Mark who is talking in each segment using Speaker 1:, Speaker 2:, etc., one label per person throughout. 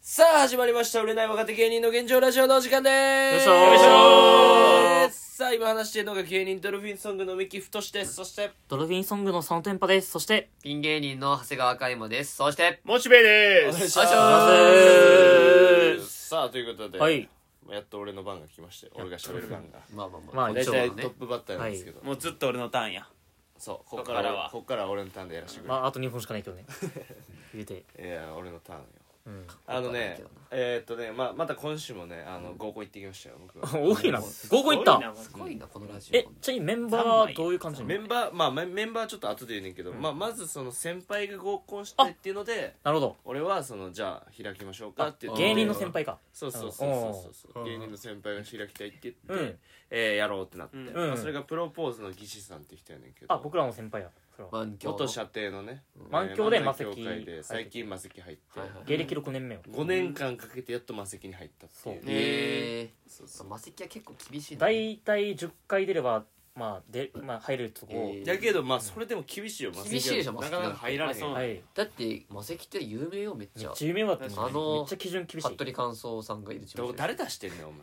Speaker 1: さあ始まりました売れない若手芸人の現状ラジオのお時間でーす
Speaker 2: よいしょー
Speaker 1: さあ今話しているのが芸人ドルフィンソングの三木太ですそして
Speaker 2: ドルフィンソングの佐野天パです。そして、
Speaker 3: ピン芸人の長谷川海馬です。そして、
Speaker 4: モチベで
Speaker 1: お願いし
Speaker 4: す
Speaker 1: ま
Speaker 3: お
Speaker 1: す
Speaker 2: 願いしま
Speaker 4: さあということで、
Speaker 2: はい
Speaker 4: やっと俺の番が来まして俺が喋る番が
Speaker 3: まあまあまあ、
Speaker 2: まあ
Speaker 4: 大
Speaker 2: 一応
Speaker 4: 体
Speaker 3: ね
Speaker 4: トップバッターなんですけど、
Speaker 5: もうずっと俺のターンや
Speaker 4: そうこっ
Speaker 5: こっ
Speaker 4: か
Speaker 5: からら
Speaker 4: は
Speaker 5: は
Speaker 4: こっから俺のターンでやらせてくれ、
Speaker 2: まあ、あと2本しかないけどね。入れて。
Speaker 4: いや俺のターンよ
Speaker 2: うん。
Speaker 4: あのね
Speaker 3: ここ
Speaker 4: えー、っとね、まあ、また今週もねあの合コン行ってきましたよ僕は
Speaker 2: 多いな。合コン行った。
Speaker 3: すごいな、このラジオ。
Speaker 2: え、ちなみにメンバーはどういう感じな
Speaker 4: メ
Speaker 2: の
Speaker 4: ンバーまあメメンバーはちょっと後で言うねんけど、まあ、まずその先輩が合コンしたいっていうので
Speaker 2: なるほど。
Speaker 4: 俺はそのじゃあ開きましょうか
Speaker 2: あ
Speaker 4: って言って
Speaker 2: 芸人の先輩か。
Speaker 4: そうそうそうそうそうそう芸人の先輩が開きたいって言って、
Speaker 2: うん
Speaker 4: えーやろうってなって、
Speaker 5: うん
Speaker 2: うん
Speaker 4: まあ、それがプロポーズの技師さんって人やねんけど
Speaker 2: あ、僕らの先輩や。それは。
Speaker 3: 満響の
Speaker 4: 元射程のね
Speaker 2: 満響で
Speaker 4: えー
Speaker 2: マセキ
Speaker 4: 協会で最近マセキ入って、
Speaker 3: はいはい
Speaker 2: 芸歴6年目よ。
Speaker 4: 5年間かけてやっとマセキに入ったっていう
Speaker 2: そう
Speaker 3: え
Speaker 4: そう
Speaker 3: ー、
Speaker 4: そう
Speaker 3: マセキは結構厳しいな。
Speaker 2: 大体10回出れば、まあ、で、まあ、入れるとこ。
Speaker 3: えー
Speaker 4: だけどまあそれでも厳しいよマセキは
Speaker 3: 厳しいでしょマ
Speaker 4: な
Speaker 3: セキ
Speaker 4: かなか入られへん
Speaker 5: あそう
Speaker 2: はい。
Speaker 3: だって、マセキって有名よ、めっ
Speaker 2: め
Speaker 3: ち
Speaker 2: っ
Speaker 3: ゃ。
Speaker 2: ちゃ夢だって
Speaker 5: あ
Speaker 2: めっ
Speaker 3: のー
Speaker 2: ちゃ基準厳しい。
Speaker 3: 服部乾燥さんがいる事務
Speaker 4: ど
Speaker 3: 所
Speaker 4: 誰出してんねんお前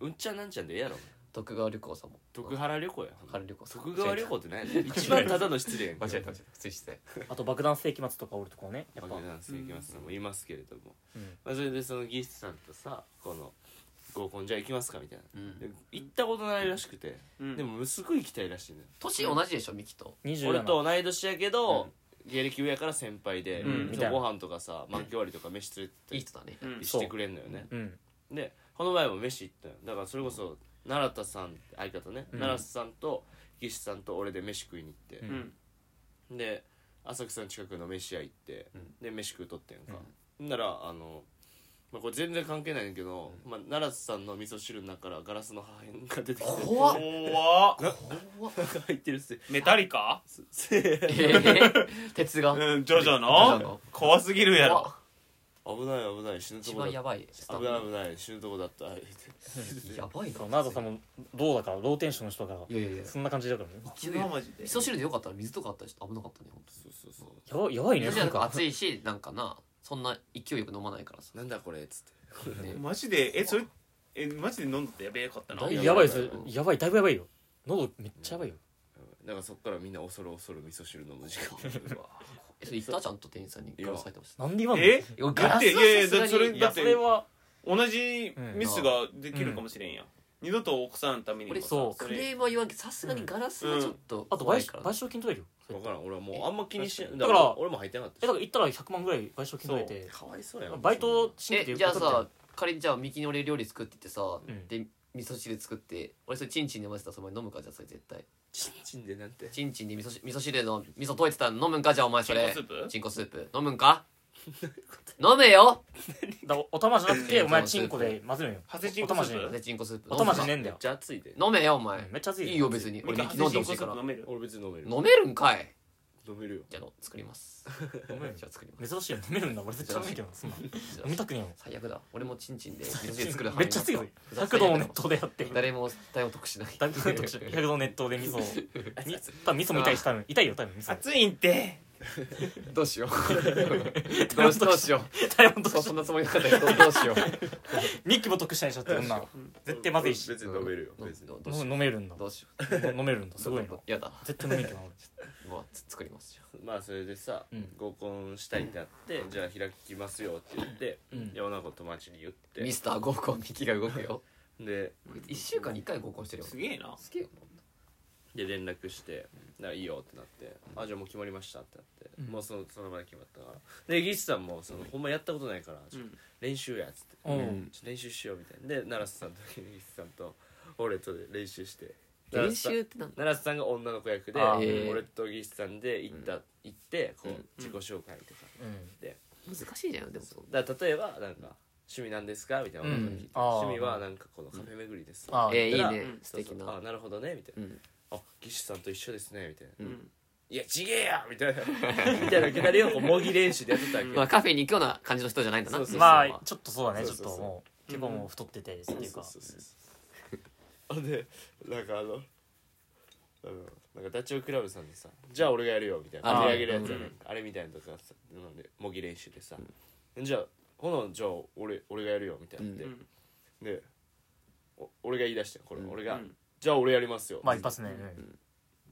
Speaker 4: うんちゃんなんちゃんでええやろお前
Speaker 3: 徳川旅行さんも。
Speaker 4: 徳原旅行や
Speaker 3: 原旅行さん。
Speaker 4: 徳川旅行って何やねん一番ただの失礼やん
Speaker 3: 間違えた。間違えた、普通にして。
Speaker 2: あと爆弾世紀末とかおるとこね。やっぱ
Speaker 4: 爆。弾性いきますのもいますけれども、
Speaker 2: うん
Speaker 4: まあ、それでその技師さんとさこの合コンじゃあ行きますかみたいな、
Speaker 3: うん
Speaker 4: で行ったことないらしくて、
Speaker 5: うん
Speaker 4: でもすごい行きたいらしいのよ、
Speaker 3: 年同じでしょ、ミキと。
Speaker 2: 27
Speaker 4: 俺と同い年やけど、芸歴上から先輩で、
Speaker 2: うん
Speaker 4: そう
Speaker 2: みたいな
Speaker 4: ご飯とかさ満響割とか飯連
Speaker 3: い
Speaker 4: れ
Speaker 3: い
Speaker 4: てっ
Speaker 3: 人だね。
Speaker 5: うん
Speaker 4: てしてくれんのよね、
Speaker 2: うん。
Speaker 4: でこの前も飯行ったよだからそれこそ奈良田さん相方ね、
Speaker 2: うん
Speaker 4: 奈良田さんと技師さんと俺で飯食いに行って、
Speaker 2: う
Speaker 5: うん
Speaker 4: で浅草の近くの飯屋行って、
Speaker 3: うん
Speaker 4: で飯食うとってんか、ほんならあの、まあ、これ全然関係ないねんだけど、まあ、奈良津さんの味噌汁の中からガラスの破片が出てきて
Speaker 3: 怖
Speaker 5: 怖
Speaker 3: っ
Speaker 5: っ
Speaker 3: 怖っ
Speaker 4: 入ってるっす
Speaker 5: メタリカ
Speaker 3: え
Speaker 4: せ
Speaker 3: ー鉄が。
Speaker 5: うんジョジョ
Speaker 3: ジョジョの
Speaker 5: の怖すぎるや
Speaker 3: 怖
Speaker 5: ろ
Speaker 3: っ
Speaker 4: 危ない危ない死ぬと
Speaker 3: 一
Speaker 4: こだ
Speaker 3: 番
Speaker 4: 危
Speaker 3: やばいスタ
Speaker 4: ない危
Speaker 3: ッ
Speaker 4: ない死ぬとこだった
Speaker 3: フ。やばいな
Speaker 2: そう、。ナードさんも、どうだから、ローテンションの人が、
Speaker 3: いやいやいや。
Speaker 2: そんな感じだからね。
Speaker 5: 一番マジで
Speaker 3: 味噌汁でよかったら水とかあったらちょっと危なかったね本当
Speaker 4: そうそうそう
Speaker 2: やばやばいね。
Speaker 3: 水なんか熱
Speaker 2: い。
Speaker 3: いしなんかなそんな勢いよく飲まないからさ
Speaker 4: なんだこれっつって
Speaker 3: ね
Speaker 5: マジでえそれえマジで飲んだってやべえかったな
Speaker 3: だい
Speaker 2: やばいです
Speaker 3: う。ん
Speaker 2: やばい、だいぶやばいよ。喉めっちゃやばいよ。
Speaker 4: だからそっからみんな恐る恐る味噌汁飲む時間
Speaker 3: えそれ言ったちゃんと店員さんにガラス入ってました
Speaker 2: なんで今の
Speaker 5: え
Speaker 3: いやガ
Speaker 5: だ
Speaker 3: ラ
Speaker 5: っ
Speaker 3: ス
Speaker 5: ていやいやだ
Speaker 3: は
Speaker 5: っ
Speaker 3: さ
Speaker 5: て
Speaker 3: す
Speaker 5: そ
Speaker 3: が
Speaker 5: れ
Speaker 3: に
Speaker 5: だっ
Speaker 2: そ
Speaker 5: て
Speaker 2: れは、
Speaker 5: 同じミスができるかもしれんやん二度と奥さんのためにも
Speaker 3: 俺
Speaker 5: さ
Speaker 2: そう
Speaker 5: そ
Speaker 3: ク
Speaker 5: れ
Speaker 3: レームは言わんけどさすがにガラスはちょっと
Speaker 2: あと
Speaker 3: 怖
Speaker 2: 賠
Speaker 3: い
Speaker 2: 償賠
Speaker 3: からな
Speaker 2: 償金取れるよ。それ
Speaker 4: 分からん俺はもうあんま気にしない
Speaker 2: か
Speaker 4: だ
Speaker 2: ら
Speaker 4: から俺も入ってなかっ
Speaker 2: え、だ
Speaker 4: た
Speaker 2: から行ったら100万ぐらい賠償金取れて
Speaker 4: し、かわいそうやん
Speaker 2: バイトしなくて
Speaker 3: え
Speaker 2: よ
Speaker 3: じゃ
Speaker 2: かっ
Speaker 3: あ
Speaker 2: たみたい
Speaker 3: さ仮にじゃあ右に俺料理作ってってさ
Speaker 2: ん
Speaker 3: で味噌汁作って俺それチンチンで混ぜたらその前飲むかじゃあそれ絶対
Speaker 4: チンチンでなんて
Speaker 3: チンチンで味噌汁味噌汁の味噌溶いてたら飲むんかじゃあお前それ
Speaker 5: チンコスープ
Speaker 3: チンコスープ飲むんか飲めよ
Speaker 2: だからお玉じゃなくて、
Speaker 3: うん
Speaker 2: お前チンコで混ぜるんよ。
Speaker 5: ハセチ
Speaker 2: お
Speaker 5: ンコ
Speaker 2: 玉
Speaker 5: ス
Speaker 2: じゃ
Speaker 5: ー
Speaker 2: ね
Speaker 5: プ
Speaker 3: でチンコスープ
Speaker 2: お玉じゃねえ
Speaker 3: 飲
Speaker 2: ん
Speaker 4: め
Speaker 2: だ
Speaker 4: っ
Speaker 2: よ。
Speaker 4: ちゃ熱いで
Speaker 3: むんか飲めよお前
Speaker 2: うんめっちゃ熱いよ
Speaker 3: いいよ別に俺
Speaker 5: ミカ
Speaker 3: ミ
Speaker 5: ハ
Speaker 3: キ
Speaker 5: セ
Speaker 3: 飲ん
Speaker 5: チ
Speaker 3: で
Speaker 5: ン
Speaker 3: ほ
Speaker 5: コ
Speaker 3: し
Speaker 5: ス
Speaker 3: いから
Speaker 5: ープ飲める
Speaker 4: 俺別に飲める
Speaker 3: 飲めるんかい
Speaker 4: 飲めるよ
Speaker 3: じゃあの作ります
Speaker 2: 飲める
Speaker 3: じゃあ作ります
Speaker 2: 珍しいよ。飲めるんだ。俺絶対飲めるけど、 そんな。飲みたくねえよ。
Speaker 3: 最悪だ俺もチンチンで味噌汁作る
Speaker 2: めっちゃ熱いよ。100度を熱湯でやって。
Speaker 3: 誰も対応得しない
Speaker 2: だいぶ熱湯し100度熱湯で味 噌を。み多分味噌も痛いし、多分痛いよ、多分味噌。
Speaker 5: 熱いんって
Speaker 3: どうしようどうしどうしよ
Speaker 2: 大本
Speaker 3: うそう
Speaker 2: 当
Speaker 3: そんなつもりなかったけどどうしよう
Speaker 2: 日記も得したいでしょって女絶対まずいし
Speaker 4: 別に飲めるよ別に
Speaker 3: どどうしよう
Speaker 2: 飲める んだ
Speaker 3: どうしよ
Speaker 2: 飲めるんだ
Speaker 3: う
Speaker 2: すごいな
Speaker 3: やだ
Speaker 2: 絶対飲めるけどな
Speaker 3: もうつ作りますじゃ
Speaker 4: まあそれでさ、
Speaker 2: うん
Speaker 4: 合コンしたいってなって、じゃあ開きますよって言って、
Speaker 2: うん
Speaker 4: で女の子友達に言っ
Speaker 3: あミ
Speaker 4: て
Speaker 3: スター合コンミキが動くよ
Speaker 4: で
Speaker 3: 1週間に1回合コンしてるよ
Speaker 5: すげえな
Speaker 3: すげえよ
Speaker 4: で連絡して「だからいいよ」ってなって「あじゃあもう決まりました」ってなって、もうそのその場で決まったからで技師さんもそのほんまやったことないから、ちょっと練習やっつって、
Speaker 2: うん
Speaker 4: ちょっと練習しようみたいなで奈良瀬さんと技師さんと俺とで練習して
Speaker 3: 練習ってなんだ
Speaker 4: 奈良瀬さんが女の子役で
Speaker 2: あ
Speaker 3: ー
Speaker 4: 俺と技師さんで行った、行ってこう自己紹介とか、
Speaker 3: 難しいじゃんでもそう
Speaker 4: だから例えばなんか趣味なんですかみたいな、
Speaker 2: うん
Speaker 4: 趣
Speaker 2: あー
Speaker 4: 味はなんかこのカフェ巡りです、
Speaker 2: あ
Speaker 3: えーいい
Speaker 4: だから
Speaker 3: ね
Speaker 5: うん
Speaker 3: 素敵
Speaker 4: そうそうあ
Speaker 3: な
Speaker 4: なるほどねみたいうな、
Speaker 3: ん
Speaker 4: あ技師さんと一緒ですねみたいな、
Speaker 5: うん
Speaker 4: いやちげえやみたいな みたいなくだりをこう模擬練習でやってたわけ、
Speaker 3: まあカフェに行くような感じの人じゃないんだな
Speaker 4: そうそうそう
Speaker 2: まあちょっとそうだね
Speaker 4: そう
Speaker 2: ちょっ
Speaker 4: そ
Speaker 2: と
Speaker 4: うそう
Speaker 2: もう結構もう太っててっていうか
Speaker 4: そうそう そうそうでなんかあのあのなんかダチョウ倶楽部さんでさ「じゃあ俺がやるよ」みたいな
Speaker 3: あー
Speaker 4: 取り上げるやつやねんかあれみたいなとかさなんで模擬練習でさ、じゃあほなじゃあ俺俺がやるよみたいになって、
Speaker 1: うん
Speaker 4: でお俺が言い出してこれ、
Speaker 3: うん
Speaker 4: 俺が、
Speaker 5: うん
Speaker 4: じゃあ俺やりますよ」
Speaker 2: まあ一発ね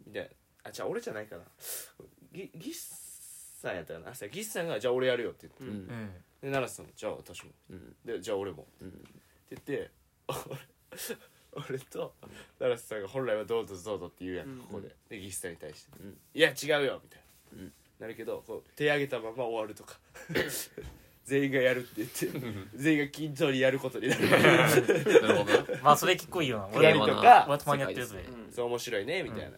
Speaker 4: みたいなあじゃあ俺じゃないかなぎぎっさんやったかなあそうやぎっさんが「じゃあ俺やるよ」って言って、
Speaker 5: う
Speaker 3: うん
Speaker 2: うんん
Speaker 4: で奈良さんも「じゃあ私も」
Speaker 3: うん
Speaker 4: で「じゃあ俺も」
Speaker 3: うん
Speaker 4: って言って 俺俺と奈良さんが本来は「どうぞどうぞ」って言うやん、
Speaker 5: うん
Speaker 4: ここででギッサに対して「
Speaker 3: うん
Speaker 4: いや違うよ」みたいな、
Speaker 3: うん
Speaker 4: なるけどこう手上げたまま終わると か全員がやるって言って全員が均等にやることになる
Speaker 3: なるほどな
Speaker 2: まあそれ結構いいよな
Speaker 4: や
Speaker 2: 俺
Speaker 4: り
Speaker 2: も
Speaker 4: と
Speaker 2: 俺
Speaker 4: か
Speaker 2: はたまにやってるやつで
Speaker 5: うん
Speaker 4: そう面白いねみたいな、
Speaker 2: うん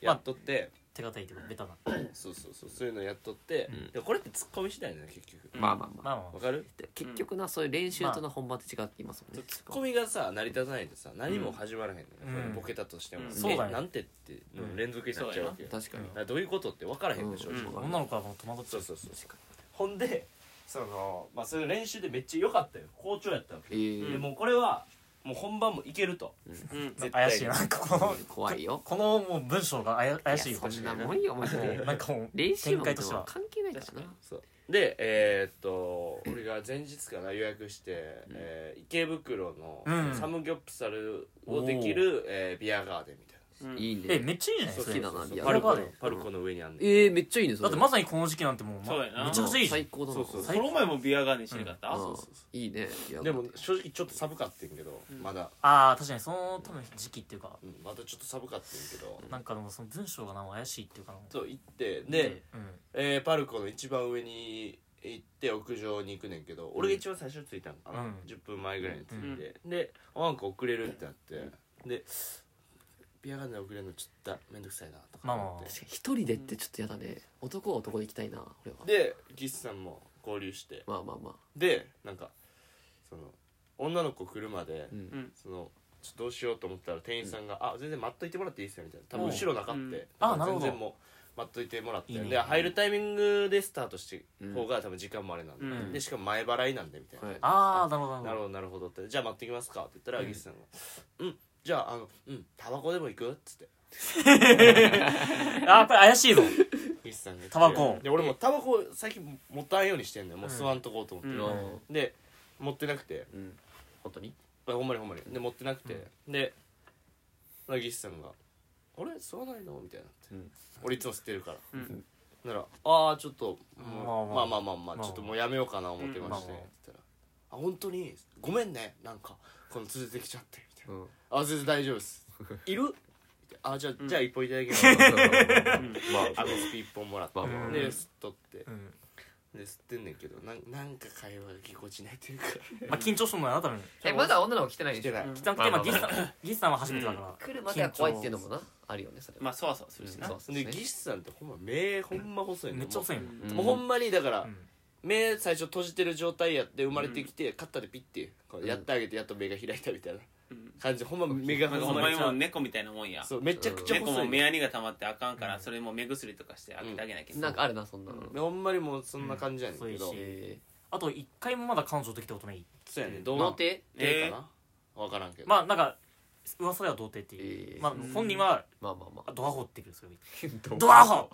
Speaker 4: やっとって、
Speaker 2: 手堅いけどベタな
Speaker 4: そうそうそうそういうのやっとって、
Speaker 3: うん
Speaker 4: でもこれってツッコミ次第だよね結局
Speaker 5: うん
Speaker 3: まあまあま
Speaker 2: ま
Speaker 3: あ
Speaker 2: あま
Speaker 4: わ
Speaker 2: あ
Speaker 4: かる
Speaker 3: で結局なそういう練習とな本番って違って言いますもんね
Speaker 4: ツッコミがさ成り立たないとさ何も始まらへんね、
Speaker 2: うん
Speaker 4: それボケたとしても、
Speaker 5: うん
Speaker 2: そうだよ
Speaker 4: えなんてっての連続になっちゃうわけよ、だか
Speaker 3: 確かに
Speaker 4: らどういうことって分からへんでしょ、
Speaker 5: うん
Speaker 4: 正直
Speaker 5: うん
Speaker 2: 女の子はもう戸惑っち
Speaker 4: そ
Speaker 2: ゃ
Speaker 4: う
Speaker 2: う
Speaker 4: そうそうほんでそのまあそれ練習でめっちゃ良かったよ好調やったわけ、
Speaker 3: えー
Speaker 4: でもうこれはもう本番もいけると
Speaker 5: うん
Speaker 4: 絶対
Speaker 2: 怪
Speaker 4: に
Speaker 2: しいななんかこの
Speaker 3: 怖いよ
Speaker 2: このもう文章があや怪しい
Speaker 3: い
Speaker 2: よ
Speaker 3: や
Speaker 2: 確
Speaker 3: そん
Speaker 2: か
Speaker 3: な
Speaker 2: に
Speaker 3: もんよマジ
Speaker 2: もう
Speaker 3: で
Speaker 2: なんかもう
Speaker 3: 練習
Speaker 2: 展
Speaker 3: も
Speaker 2: 開
Speaker 3: 関
Speaker 2: としては
Speaker 3: 係ないからな
Speaker 4: そうでえーっと俺が前日かな予約して、えー池袋の
Speaker 2: うん
Speaker 4: サムギョプサルをできる、えービアガーデンみたい
Speaker 5: うん
Speaker 3: いいね
Speaker 2: えめっちゃいいじゃない
Speaker 4: そう
Speaker 2: そ
Speaker 3: 好
Speaker 2: れ
Speaker 3: きだなビア
Speaker 4: な
Speaker 2: パ
Speaker 4: パ
Speaker 2: ル
Speaker 4: ルコ
Speaker 2: コで
Speaker 4: のパルコの上にあんねん
Speaker 3: えーめっちゃいいねそ
Speaker 2: だ
Speaker 3: れ
Speaker 2: ってまさにこの時期なんてもうま
Speaker 5: そうやな
Speaker 2: めちゃくちゃいいじゃん
Speaker 3: 最高だな
Speaker 4: そうそう
Speaker 5: 衣もビアガーデンしなかった、
Speaker 3: あ
Speaker 5: そう
Speaker 3: ーいいねいや
Speaker 4: でも正直ちょっと寒かったんやけど、
Speaker 5: うん
Speaker 4: まだ、
Speaker 2: ああ確かにその多分時期っていうか
Speaker 4: うん、まだちょっと寒かったんやけど、
Speaker 2: なんかでもその文章がなんか怪しいっていうかな
Speaker 4: そう行ってで、
Speaker 2: うん
Speaker 4: えーパルコの一番上に行って屋上に行くねんけど俺が一番最初に着いたんかな、
Speaker 2: うん
Speaker 4: 10分前ぐらいに着いて、であなんか遅れるってなってでビアガーデン遅れるのちょっと面倒くさいなとか思って、
Speaker 2: まあまあ
Speaker 3: 確かに一人でってちょっとやだね男は男で行きたいな俺は
Speaker 4: でギスさんも合流して
Speaker 3: まあまあまあ
Speaker 4: でなんかその女の子来るまで、
Speaker 3: うん
Speaker 4: そのちょっとどうしようと思ったら店員さんが「あ全然待っといてもらっていいですよ」みたいな多分
Speaker 2: うん
Speaker 4: 後ろなかっ
Speaker 5: うん
Speaker 4: て、
Speaker 2: あなるほ
Speaker 4: 全
Speaker 2: ど
Speaker 4: 然もう待っといてもらって
Speaker 2: いいね
Speaker 4: で入るタイミングでスタートして方が多分時間もあれなんで,、
Speaker 5: うん
Speaker 4: でしかも前払いなんでみたいな、
Speaker 3: はい
Speaker 2: ああなるほど
Speaker 4: な
Speaker 2: な
Speaker 4: るほ
Speaker 2: るほ
Speaker 4: どなるほどってじゃあ待ってきますかって言ったら、ギスさんが「うんじゃああのうんタバコでも行く?」っつって
Speaker 2: どあやっぱり怪しいぞ
Speaker 4: ギスさんが言って
Speaker 2: タバコ
Speaker 4: で俺もタバコ最近持たんようにしてんのよもう吸わんとこうと思って、
Speaker 5: うん
Speaker 3: うん
Speaker 4: で持ってなくて
Speaker 3: うん本当に
Speaker 4: あほんまにほんまにで持ってなくて、でラギスさんが「あれ吸わないの?」みたいになって、
Speaker 3: うん
Speaker 4: 俺いつも吸ってるから、
Speaker 5: うん
Speaker 4: なら「ああちょっと、もうま
Speaker 2: ま
Speaker 4: あま
Speaker 2: あま
Speaker 4: あまあまあ、
Speaker 2: まあ
Speaker 4: ちょっともうやめようかな思ってまして」
Speaker 2: うんまあまあ
Speaker 4: って言ったら「あ本当にごめんねなんかこの連れてきちゃって」みたいな
Speaker 3: うん
Speaker 4: 「あ全然大丈夫です」いるみたいなあじゃあ、
Speaker 5: うん
Speaker 4: じゃあ一本いただきます
Speaker 5: うん
Speaker 3: まあ
Speaker 4: あのスピ一本もらって、
Speaker 3: まあま
Speaker 2: あ
Speaker 4: で吸っとって
Speaker 2: うん
Speaker 4: で吸ってんねんけどなんなんか会話がぎこちないというか
Speaker 2: まあ緊張するのやな多分
Speaker 3: えまだ女の子来てないで
Speaker 4: 来
Speaker 3: してょ
Speaker 4: ない、
Speaker 5: うん
Speaker 2: 来たん
Speaker 3: まあ
Speaker 2: まあ
Speaker 3: まあ
Speaker 2: ギスさんギスさんは初めてだから
Speaker 3: 来るまでは怖いっていうのもなあるよねそれは
Speaker 5: まあそわそわす
Speaker 3: うん
Speaker 5: るしな、
Speaker 3: そうそう
Speaker 4: で
Speaker 3: ね
Speaker 4: 技師さんってほんま目ほんま細いね
Speaker 2: めっちゃ遅い
Speaker 5: うん
Speaker 2: の
Speaker 3: うん
Speaker 4: もうほんまにだから、
Speaker 2: うん
Speaker 4: 目最初閉じてる状態やって生まれてきて、カッターでピッてこうやってあげてやっと目が開いたみたいな
Speaker 5: うん
Speaker 4: 感じほんま目が
Speaker 5: なんかほんまにも
Speaker 4: そう
Speaker 5: 猫みたいなもんや
Speaker 4: うめちゃくちゃ
Speaker 5: 猫
Speaker 4: 細
Speaker 5: も
Speaker 4: い、
Speaker 5: 目やにが溜まってあかんから、
Speaker 2: うん
Speaker 5: それもう目薬とかして開けてあげなきゃ、
Speaker 3: なんかあるなそんなの
Speaker 4: でほんまにもうそんな感じやねんけ
Speaker 2: うん
Speaker 4: ど、
Speaker 2: 細いし
Speaker 3: え
Speaker 2: あと一回もまだ彼女できたことない
Speaker 4: そうやね
Speaker 2: うん
Speaker 4: ど
Speaker 3: ー
Speaker 4: う
Speaker 3: 童
Speaker 4: なっ
Speaker 3: 貞え
Speaker 4: てかな、わからんけど、
Speaker 2: まあなんか噂では童貞っていう
Speaker 3: ー
Speaker 2: まあ本人は
Speaker 3: まあまあまあ
Speaker 2: ドアホって言うんですよ
Speaker 3: ど
Speaker 2: ドアホ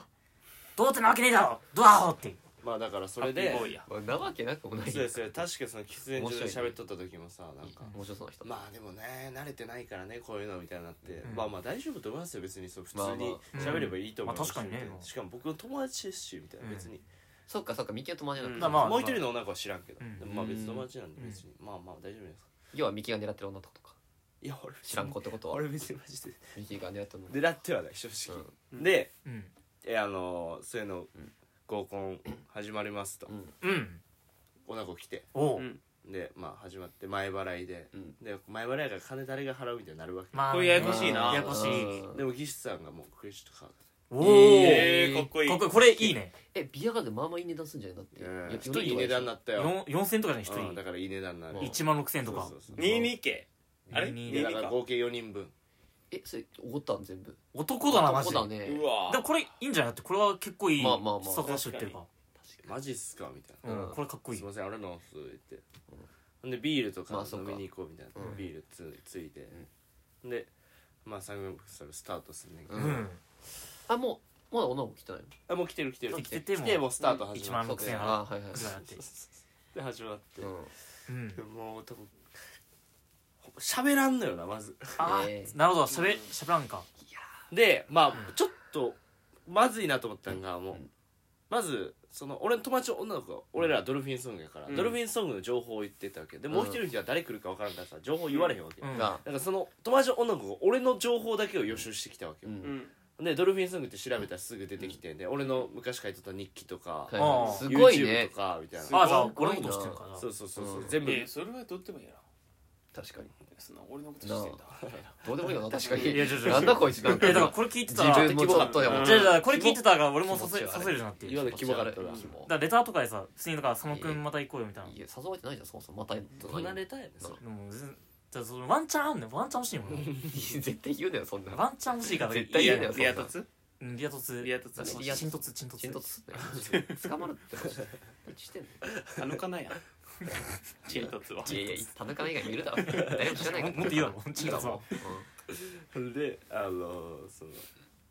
Speaker 2: 童貞なわけねえだろドアホって
Speaker 4: まあだからそ
Speaker 5: ハ
Speaker 4: れ
Speaker 5: ッピー
Speaker 4: で
Speaker 5: ボーイや
Speaker 3: なわけなくもない
Speaker 4: そうですそうや確かその喫煙所で
Speaker 3: 面白いね
Speaker 4: 喋っとった時もさなんか、
Speaker 3: 面白そうな人
Speaker 4: まあでもね慣れてないからねこういうのみたいになって、
Speaker 2: ん
Speaker 4: まあまあ大丈夫と思いますよ別にそう普通
Speaker 3: まあま
Speaker 4: に
Speaker 3: あ
Speaker 4: 喋ればいいと思いますし、
Speaker 2: うんまあ確かにね
Speaker 4: みたいなしかも僕の友達ですしみたいな、
Speaker 2: うん
Speaker 4: 別に
Speaker 3: そっかそっかミキの友達なん
Speaker 5: う
Speaker 2: ま
Speaker 5: ん
Speaker 3: だ
Speaker 2: あまあ
Speaker 4: もう一人の女の子は知らんけど、
Speaker 2: うん
Speaker 4: でもまあ別の友達なんで別に、まあまあ大丈夫じゃないですか
Speaker 3: 要はミキが狙ってる女とか
Speaker 4: いや俺別に
Speaker 3: 知らん子ってことは
Speaker 4: 俺別にマジで
Speaker 3: ミキが狙ってる女
Speaker 4: 狙ってはない正直、
Speaker 5: うん
Speaker 4: で
Speaker 2: うん
Speaker 4: えあのそういうの合コン始まりますと、
Speaker 3: うん
Speaker 2: うん
Speaker 4: 女子来て
Speaker 2: お
Speaker 5: う
Speaker 2: うん
Speaker 4: でまあ始まって前払いで、
Speaker 3: うん
Speaker 4: で前払いが金誰が払うみたいになるわけ、
Speaker 2: まあ
Speaker 5: これややこしいな
Speaker 2: ややこしい
Speaker 3: うん
Speaker 4: でも技師さんがもうクレジットカー
Speaker 2: お
Speaker 3: え
Speaker 2: お
Speaker 5: えー、かっこいい
Speaker 2: こここれいいね
Speaker 3: えビアガーデンまあまあいい値段するんじゃないだって
Speaker 4: ドで一人
Speaker 3: いや
Speaker 4: いい値段になったよ
Speaker 2: よん4000とかじゃない
Speaker 4: う
Speaker 2: 一
Speaker 4: ん
Speaker 2: 人
Speaker 4: だからいい値段になる
Speaker 3: うん
Speaker 2: 1万6000とか
Speaker 4: そうそうそう
Speaker 5: 22系あれ
Speaker 2: 22
Speaker 4: で
Speaker 5: 22
Speaker 4: だから
Speaker 5: か
Speaker 4: 合計4人分
Speaker 3: えそれおごったん全部
Speaker 2: 男だなマジ
Speaker 3: 男
Speaker 2: で
Speaker 3: だね
Speaker 5: うわ
Speaker 2: でもこれいいんじゃないだってこれは結構いい
Speaker 3: まあまあまあ
Speaker 2: 作家し売ってるか
Speaker 4: マジっすかみたいな
Speaker 2: う
Speaker 3: に
Speaker 2: んこれかっこい
Speaker 4: す
Speaker 2: い
Speaker 4: いませんあれなんす言って、ほんでビールと
Speaker 3: ま
Speaker 4: か
Speaker 3: あそっ
Speaker 4: 飲
Speaker 3: か
Speaker 4: みに行こうみたいな、
Speaker 3: うん
Speaker 4: ビールつついて、でまあサングラススタートすんねんけど、
Speaker 3: う
Speaker 2: うん
Speaker 3: あもうまだ女の子来てないの
Speaker 4: あもう来てる来てる
Speaker 2: 来てても
Speaker 4: 来てもうスタート
Speaker 2: 1
Speaker 4: 始ま
Speaker 2: 万
Speaker 4: っ
Speaker 2: 6000
Speaker 4: て
Speaker 2: 円払
Speaker 3: あはいはい
Speaker 2: くらいだって
Speaker 4: で始まって、
Speaker 3: うん
Speaker 2: うん
Speaker 4: もう多分喋らんのよなまず
Speaker 2: あ
Speaker 3: えー
Speaker 2: なるほどしゃべしゃべらんか
Speaker 4: でまあちょっとまずいなと思ったんがもう、
Speaker 3: うん
Speaker 4: まずその俺の友達の女の子が俺らドルフィンソングやから、
Speaker 5: うん
Speaker 4: ドルフィンソングの情報を言ってたわけでもう一人の人は誰来るか分からんからさ情報言われへんわけ、
Speaker 2: う
Speaker 4: だ
Speaker 2: ん
Speaker 3: が
Speaker 4: からその友達の女の子が俺の情報だけを予習してきたわけ
Speaker 3: う
Speaker 4: よ、
Speaker 5: うんん
Speaker 4: でドルフィンソングって調べたらすぐ出てきて、で俺の昔書いとった日記とか、
Speaker 3: はい
Speaker 2: あ
Speaker 3: は
Speaker 2: ー
Speaker 3: いすごい
Speaker 4: YouTube
Speaker 3: ね
Speaker 4: とかみたい
Speaker 5: す
Speaker 4: な
Speaker 5: ごい
Speaker 2: あじゃあ俺のことしてるからな
Speaker 4: そうそうそうそう、
Speaker 3: うん
Speaker 4: 全部
Speaker 5: えそれはどうでもいいやろ
Speaker 3: 確かに
Speaker 5: そんな俺のことしてんだみたいな
Speaker 3: どうでもいいよな確か
Speaker 2: いやちょ
Speaker 3: に
Speaker 2: ちょ
Speaker 3: なんだこいつなん
Speaker 2: えだから
Speaker 3: か
Speaker 2: これ聞いてたら
Speaker 3: 自分もちょっとで
Speaker 5: う
Speaker 3: も
Speaker 5: ん
Speaker 2: じゃあじゃあこれ聞いてたら俺も
Speaker 3: 気持ち
Speaker 2: 誘
Speaker 3: 悪い
Speaker 2: い誘えるなっていう
Speaker 4: 今
Speaker 2: だ
Speaker 4: の
Speaker 2: か
Speaker 4: キモかったな
Speaker 3: キモ
Speaker 2: らレターとかでさ普通にだから佐野くんまた行こうよみたいない
Speaker 3: や誘われてないじゃんそもそもまたやっとない
Speaker 4: 離れたやねそれ
Speaker 2: でも全然じゃあそのワンチャンあんねんワンチャン欲しいもん
Speaker 3: いや 絶対言うなよそんな
Speaker 2: 俺
Speaker 3: の
Speaker 2: ワンチャン欲しいから
Speaker 3: 絶対嫌だよ
Speaker 5: リアトツ
Speaker 2: うんリア突
Speaker 5: リアトツ
Speaker 3: リア
Speaker 2: チントツチントツ
Speaker 3: チンとつって捕まるってマジで何してんの
Speaker 5: あのかなやんチントツはい
Speaker 3: やいや田中以外にいるだろ誰も知らないから
Speaker 2: ももっと言うだろ
Speaker 3: いいわもう
Speaker 4: であのその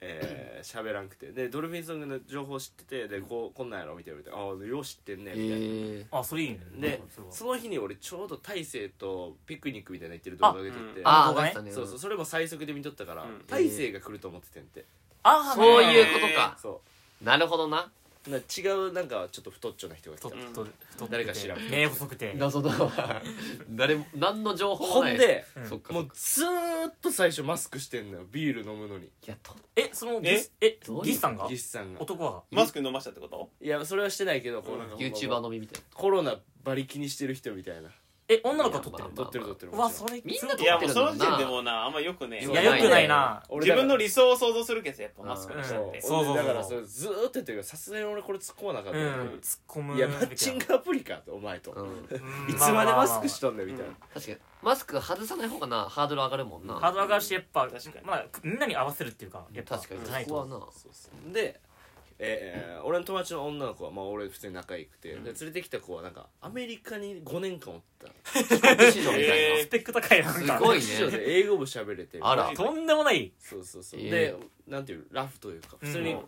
Speaker 4: えー喋らんくてでドルフィンソングの情報知っててでこうこんなんやろみたいな言われてああよう知ってんね
Speaker 3: え
Speaker 4: みたいな、
Speaker 3: ー
Speaker 2: あそれいいね
Speaker 4: で
Speaker 2: それは
Speaker 4: その日に俺ちょうど大勢とピクニックみたいなの行ってる動画上げてて
Speaker 2: あ
Speaker 3: あ
Speaker 2: 動画ね
Speaker 3: あ
Speaker 4: そうそう
Speaker 3: そ
Speaker 4: それも最速で見とったから、
Speaker 5: うん
Speaker 4: 大勢が来ると思っててんて
Speaker 2: あ
Speaker 3: ういうことか
Speaker 4: そ
Speaker 3: なるほどな
Speaker 4: うな違うなんかちょっと太っちょな人が来た
Speaker 2: 太っとる太って
Speaker 4: 誰か知らん
Speaker 2: 目細くて
Speaker 3: 謎だわ誰も何の情報
Speaker 4: ほ
Speaker 3: もない
Speaker 4: んで
Speaker 2: うん
Speaker 3: そっか
Speaker 4: も
Speaker 3: そうっか
Speaker 4: ずーっと最初マスクしてんのよビール飲むのに
Speaker 3: いやと
Speaker 2: えそのギスえ
Speaker 3: どういう
Speaker 2: ギスさんが
Speaker 4: 技師さんが
Speaker 2: 男は
Speaker 5: マスク飲ましたってこと
Speaker 4: いやそれはしてないけどこうなんかほんま
Speaker 3: YouTuber のみみたい
Speaker 4: コロナバリ気にしてる人みたいな
Speaker 2: え女の子は撮ってる
Speaker 3: まあ
Speaker 4: 撮ってる撮ってる
Speaker 2: うわそれ
Speaker 3: みんな撮
Speaker 5: い
Speaker 3: い
Speaker 5: や
Speaker 3: やも
Speaker 5: も
Speaker 3: う
Speaker 5: う
Speaker 3: そ
Speaker 5: そ
Speaker 3: の
Speaker 5: の
Speaker 3: 時
Speaker 5: 時
Speaker 3: 点
Speaker 5: 点
Speaker 3: で
Speaker 5: で
Speaker 3: も
Speaker 5: もうなあんまよくね
Speaker 2: い
Speaker 3: そう
Speaker 2: やよくないな
Speaker 5: 自分の
Speaker 4: リ
Speaker 5: 理想を想像するけどやっぱマスクの
Speaker 2: うん
Speaker 5: 下
Speaker 4: そう
Speaker 5: で
Speaker 2: そうそうそう
Speaker 4: だからそれずーっと言ってるからさすがに俺これ突っ込まなか
Speaker 2: う
Speaker 4: っ
Speaker 2: ん
Speaker 4: たよ、
Speaker 2: 突っ込む
Speaker 4: いやマッチングアプリかとお前と、
Speaker 3: なうん
Speaker 2: うん
Speaker 4: いつまでマスクしとんねんみたいな、
Speaker 5: うん
Speaker 3: 確かにマスク外さない方がなハードル上がるもんな
Speaker 2: ハードル上がるしやっぱ
Speaker 5: 確かに
Speaker 2: まあみんなに合わせるっていうかやっぱ
Speaker 3: 確かに
Speaker 2: じゃない
Speaker 3: そこは
Speaker 2: と
Speaker 3: な
Speaker 4: そうそうで、えー俺の友達の女の子は、まあ、俺普通に仲良くて、で連れてきた子はなんかアメリカに5年間おった
Speaker 3: 市場みたい
Speaker 5: え
Speaker 3: な
Speaker 5: ー
Speaker 2: スペック高いななんか
Speaker 3: すごいね
Speaker 4: 一緒で英語も喋れて
Speaker 3: あら
Speaker 2: とんでもない
Speaker 4: そうそうそう、
Speaker 3: えー
Speaker 4: でなんていうラフというか普通に
Speaker 5: うん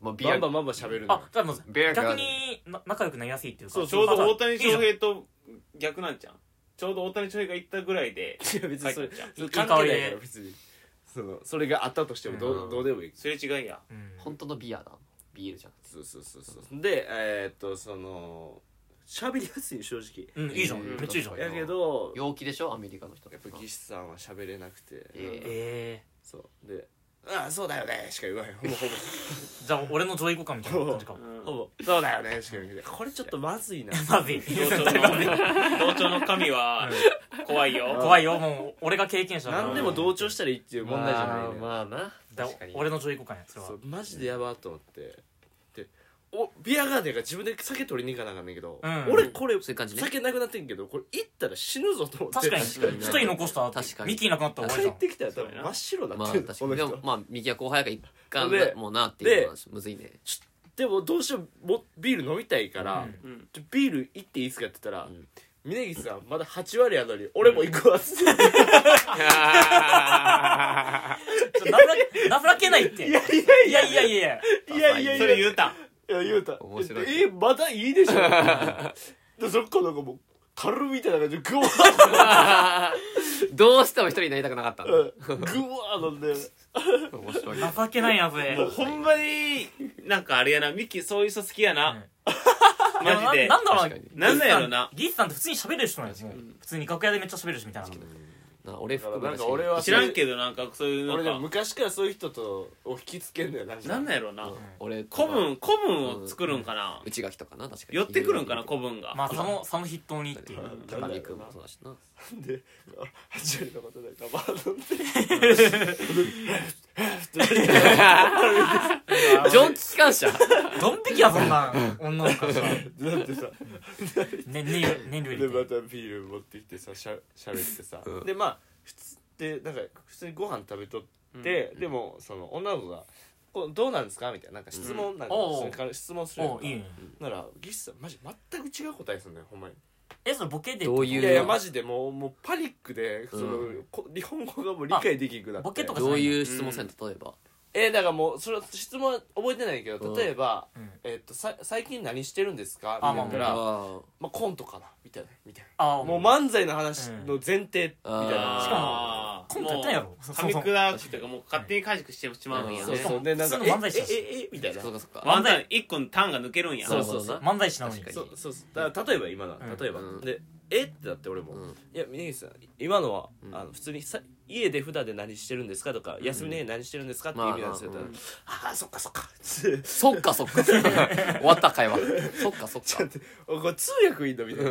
Speaker 3: まあビ
Speaker 4: バ
Speaker 3: ア
Speaker 4: ンバンバンバン喋るのよ
Speaker 2: あじゃあもう
Speaker 3: ビアガー
Speaker 2: 逆
Speaker 3: デン
Speaker 2: にな仲良くなりやすいっていうか
Speaker 5: そうちょうど大谷翔
Speaker 2: いいじ
Speaker 5: 平と逆なんじゃんちょうど大谷翔平が行ったぐらいで
Speaker 4: いや別にそれ
Speaker 5: 帰っちゃう
Speaker 4: それ
Speaker 2: いい香
Speaker 4: 関
Speaker 2: り
Speaker 4: 係ないから別にそのそれがあったとしてもど,、
Speaker 3: う
Speaker 4: うんどうでもいい
Speaker 5: すれ違いや
Speaker 2: ゃんうん
Speaker 3: 本当のビアだビールじゃん
Speaker 4: そうそうそうそうでえー、っとその喋りやすい正直
Speaker 2: うんいいじゃん
Speaker 5: うん
Speaker 2: めっちゃいいじゃん
Speaker 4: やけど
Speaker 3: 陽気でしょアメリカの人
Speaker 4: やっぱ技師さんは喋れなくて、
Speaker 3: え
Speaker 2: え
Speaker 4: そうで「ああそうだよね」しか言わへんほぼほ
Speaker 2: ーじゃあ俺の上位互換みたいな感じか
Speaker 5: う
Speaker 4: ぼ
Speaker 5: ん
Speaker 4: ほぼ「そうだよね」しか言わへんこれちょっとまずいな
Speaker 2: まずい
Speaker 5: 同 調の同調の神は怖いよ
Speaker 2: 怖いよもう俺が経験者だから
Speaker 4: 何でも同調したらいいっていう問題じゃないね、
Speaker 3: まあまあな
Speaker 2: だ
Speaker 3: 確かに
Speaker 2: 俺の上位互換やそれは
Speaker 4: そうマジでやばと思ってでおビアガーデンが自分で酒取りに行かなあかんねんけど、
Speaker 2: うん
Speaker 4: 俺これ
Speaker 3: そういう感じね
Speaker 4: 酒なくなってんけどこれ行ったら死ぬぞと思って
Speaker 2: 確かに
Speaker 3: 確かに
Speaker 2: 一人残したら
Speaker 3: 確かに
Speaker 2: ミキいなくなったら終わり
Speaker 4: 帰
Speaker 2: じ
Speaker 4: っ
Speaker 2: ゃ
Speaker 4: て
Speaker 2: ん
Speaker 4: きたら多分真っ白に
Speaker 3: ま
Speaker 4: な
Speaker 3: あ
Speaker 4: ってる、
Speaker 3: 確か
Speaker 4: この
Speaker 3: にで
Speaker 4: 人
Speaker 3: もまあ右は後輩が一貫
Speaker 4: で
Speaker 3: もうなっていうのはむずいね
Speaker 4: でもどうしてももビール飲みたいから、
Speaker 2: うん
Speaker 5: うん
Speaker 4: ちょビール行っていいですかって言ったら、
Speaker 3: ん
Speaker 4: 峯岸さんまだ8割やのに俺も行くわっつって
Speaker 2: ちょっとなぶらなぶらけないっていやいやいやいや
Speaker 4: いやいやい
Speaker 5: そ
Speaker 4: や
Speaker 5: れ言うたん
Speaker 4: いや言うた
Speaker 3: 面白い
Speaker 4: えまだいい でしょでそっからなんかもう樽みたいな感じでグワ
Speaker 3: どうしても一人になりたくなかったんだ
Speaker 4: ーグワーなんで
Speaker 3: 面白い
Speaker 2: 情けないやそれ
Speaker 5: もうほんまになんかあれやなミッキーそういう人好きやな
Speaker 2: いや
Speaker 5: マジで
Speaker 2: ななんだろうな
Speaker 3: 確か
Speaker 5: なんなんやろな
Speaker 2: ギッさんって普通に喋れる人なんですよ普通に楽屋でめっちゃ喋るしみたいな
Speaker 3: な俺含め
Speaker 4: なんか俺は
Speaker 5: 知らんけどなんかそういう
Speaker 4: 俺ね
Speaker 5: なんか
Speaker 4: 昔からそういう人とを引きつけんだよなんか
Speaker 5: なんなんやろな
Speaker 3: 俺とか
Speaker 5: 古文古文を作るんかな
Speaker 3: 内垣とかな確かに
Speaker 5: 寄ってくるんかな古文が
Speaker 2: まあそのその筆頭にっていう
Speaker 3: 高見君もそうだしな
Speaker 4: で8割のことでガバー飲んで
Speaker 3: 蒸気機関車
Speaker 2: ドン引きやそんなん女の子が
Speaker 4: だってさ
Speaker 2: ね燃料燃料入
Speaker 4: でま
Speaker 2: れて
Speaker 4: たビール持ってきてさしゃしゃべってさ、
Speaker 3: うん
Speaker 4: でまあ普通でなんか普通にご飯食べとって、でもその女の子が「こうどうなんですか?」みたいななんか質問なんか、
Speaker 2: うん
Speaker 4: それから質問するやん
Speaker 2: お
Speaker 4: か
Speaker 2: いいね
Speaker 4: ならギスさんマジ全く違う答えすんだよほんまに
Speaker 2: えそれボケで
Speaker 3: どういう
Speaker 4: いやいやマジでもうもうパニックでその、
Speaker 3: う
Speaker 4: こ日本語がもう理解できんくなって
Speaker 2: ボケとか
Speaker 3: どういう質問せん例えば
Speaker 4: えだからもうそれ質問覚えてないけ
Speaker 3: う
Speaker 4: ど
Speaker 3: ん
Speaker 4: 例えば、
Speaker 2: うん
Speaker 4: えっとさ最近何してるんですか?」
Speaker 2: あ
Speaker 4: みたいなから
Speaker 2: だ
Speaker 3: あ
Speaker 4: 「
Speaker 3: ー
Speaker 4: まあ、コントかな」みたいなみたい
Speaker 2: あ
Speaker 4: な
Speaker 2: あ
Speaker 4: も
Speaker 2: も
Speaker 4: う
Speaker 2: う
Speaker 4: 漫才の話の前提みたい
Speaker 3: うん
Speaker 4: な
Speaker 2: ー
Speaker 4: しかも
Speaker 5: あー
Speaker 2: コントやったんやろ
Speaker 5: もう噛み砕くというかもう勝手に解釈してしまうん
Speaker 3: ー
Speaker 5: や
Speaker 4: そう
Speaker 5: ね
Speaker 4: そうでなんか「
Speaker 2: 普通の漫才師
Speaker 4: え
Speaker 2: だし
Speaker 4: えええみたいな
Speaker 3: そ
Speaker 4: そうう
Speaker 3: かそうか
Speaker 5: ワンタン一個のタンが抜けるんや
Speaker 3: なる
Speaker 4: そ
Speaker 3: ほ
Speaker 4: う
Speaker 3: ど
Speaker 4: そう
Speaker 3: な
Speaker 2: 漫才師なのに
Speaker 3: 確か
Speaker 4: そうそうだから例えば今の、
Speaker 2: うん
Speaker 4: 例えば、
Speaker 3: うん
Speaker 4: で「えっ?」てなって俺も「
Speaker 3: うん
Speaker 4: いや峯岸さん今のは、
Speaker 3: うん
Speaker 4: あの普通にさ家で普段で何してるんですか?」とか、休みの家で何してるんですか?」っていう意味なんですよ、
Speaker 3: まあま
Speaker 4: ああそっかそっか」 つ
Speaker 3: そっかそっか終わった会話そっかそっか
Speaker 4: おこれ通訳いいんだみたいな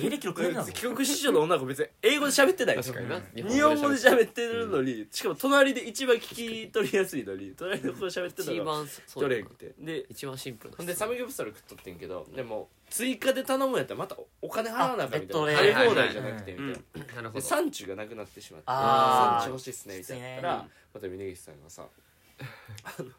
Speaker 2: 芸歴6年だぞ
Speaker 4: 帰国子女の女の子別に英語で喋ってない
Speaker 3: 確かにな
Speaker 4: 日本語で喋ってるのに、しかも隣で一番聞き取りやすいのに隣の子が喋ってた
Speaker 3: 一
Speaker 4: のが
Speaker 3: 番そう
Speaker 4: 取
Speaker 3: だ
Speaker 4: れ
Speaker 3: なん
Speaker 4: くてで
Speaker 3: 一番シンプルな
Speaker 4: ほんでサムギョプサル食っとってんけどでも追加で頼むんやったらまたお金払わなあかんみたい
Speaker 2: あ
Speaker 4: な食
Speaker 2: 別途
Speaker 4: べ
Speaker 2: ね
Speaker 4: 放題じゃなくてみたいな、
Speaker 5: うん
Speaker 3: なるほ
Speaker 4: で
Speaker 3: ど
Speaker 4: 産地がなくなってしまって
Speaker 2: あー
Speaker 4: 産地欲しいっすねみたいなった
Speaker 2: きつい
Speaker 4: ら
Speaker 2: ね
Speaker 4: また峯岸さんがさあの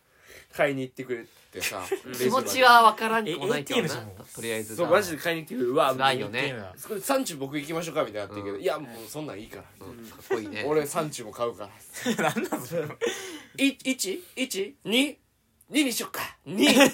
Speaker 4: 買いに行ってくれって さ
Speaker 3: 気持ちは分からんくもないけど
Speaker 2: ATM
Speaker 3: な
Speaker 2: じゃんもう
Speaker 3: とりあえず
Speaker 4: そうマジで買いに行ってくれるうわ
Speaker 3: ないよ
Speaker 4: も
Speaker 3: ね
Speaker 4: うそこで産地僕行きましょうかみたいになってんけど、
Speaker 3: うん
Speaker 4: いやもうそんなんいいから
Speaker 3: うんかっこいいね
Speaker 4: 俺産地も買うから
Speaker 2: 何 なんそれ
Speaker 4: 1112にしよっか2
Speaker 5: いやな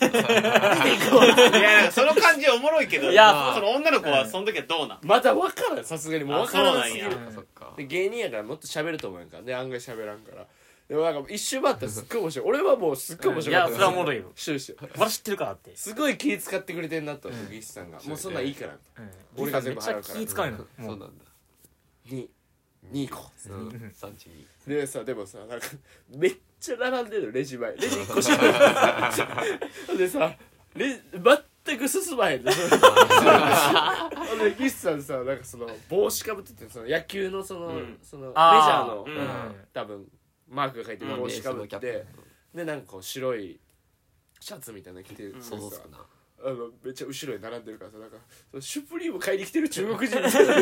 Speaker 5: んかその感じおもろいけど
Speaker 2: いや
Speaker 5: その女の子はその時はどうなん
Speaker 4: まだ分からんさすがにもう分からんすぎ
Speaker 5: あ
Speaker 4: る
Speaker 5: そう
Speaker 3: そっか
Speaker 4: で芸人やからもっと喋ると思うやんかで案外喋らんからでもなんか一周回ったらすっごい面白い俺はもうすっごい面白かった
Speaker 2: いやそれはおもろいよ
Speaker 4: 終始
Speaker 2: 俺知ってるからって
Speaker 4: すごい気使ってくれてんなとギスさんがもうそんなんいいから
Speaker 2: うん
Speaker 4: 俺が全部払うから
Speaker 2: めっちゃ気使うの
Speaker 3: そ
Speaker 2: も
Speaker 3: う
Speaker 2: う
Speaker 3: なんだ
Speaker 4: 2二個
Speaker 3: うん産地に
Speaker 4: でさでもさなんかめっちゃ並んでるのレジ前レジ1個しかないでさレ全く進まへんのほんでギスさんさなんかその帽子かぶっててその野球のその,、
Speaker 5: うん
Speaker 4: そのメジャー
Speaker 2: あ
Speaker 4: の、
Speaker 5: ー
Speaker 2: うん
Speaker 4: 多分マークが書いてる帽子かぶって、
Speaker 3: ベースのキャッ
Speaker 4: でなんかこう白いシャツみたいなの着てる
Speaker 5: ん
Speaker 3: プ
Speaker 4: さ、
Speaker 3: 想像つくな
Speaker 4: あのめっちゃ後ろに並んでるからさなんかそのシュプリーム買いに来てる中国人みたいな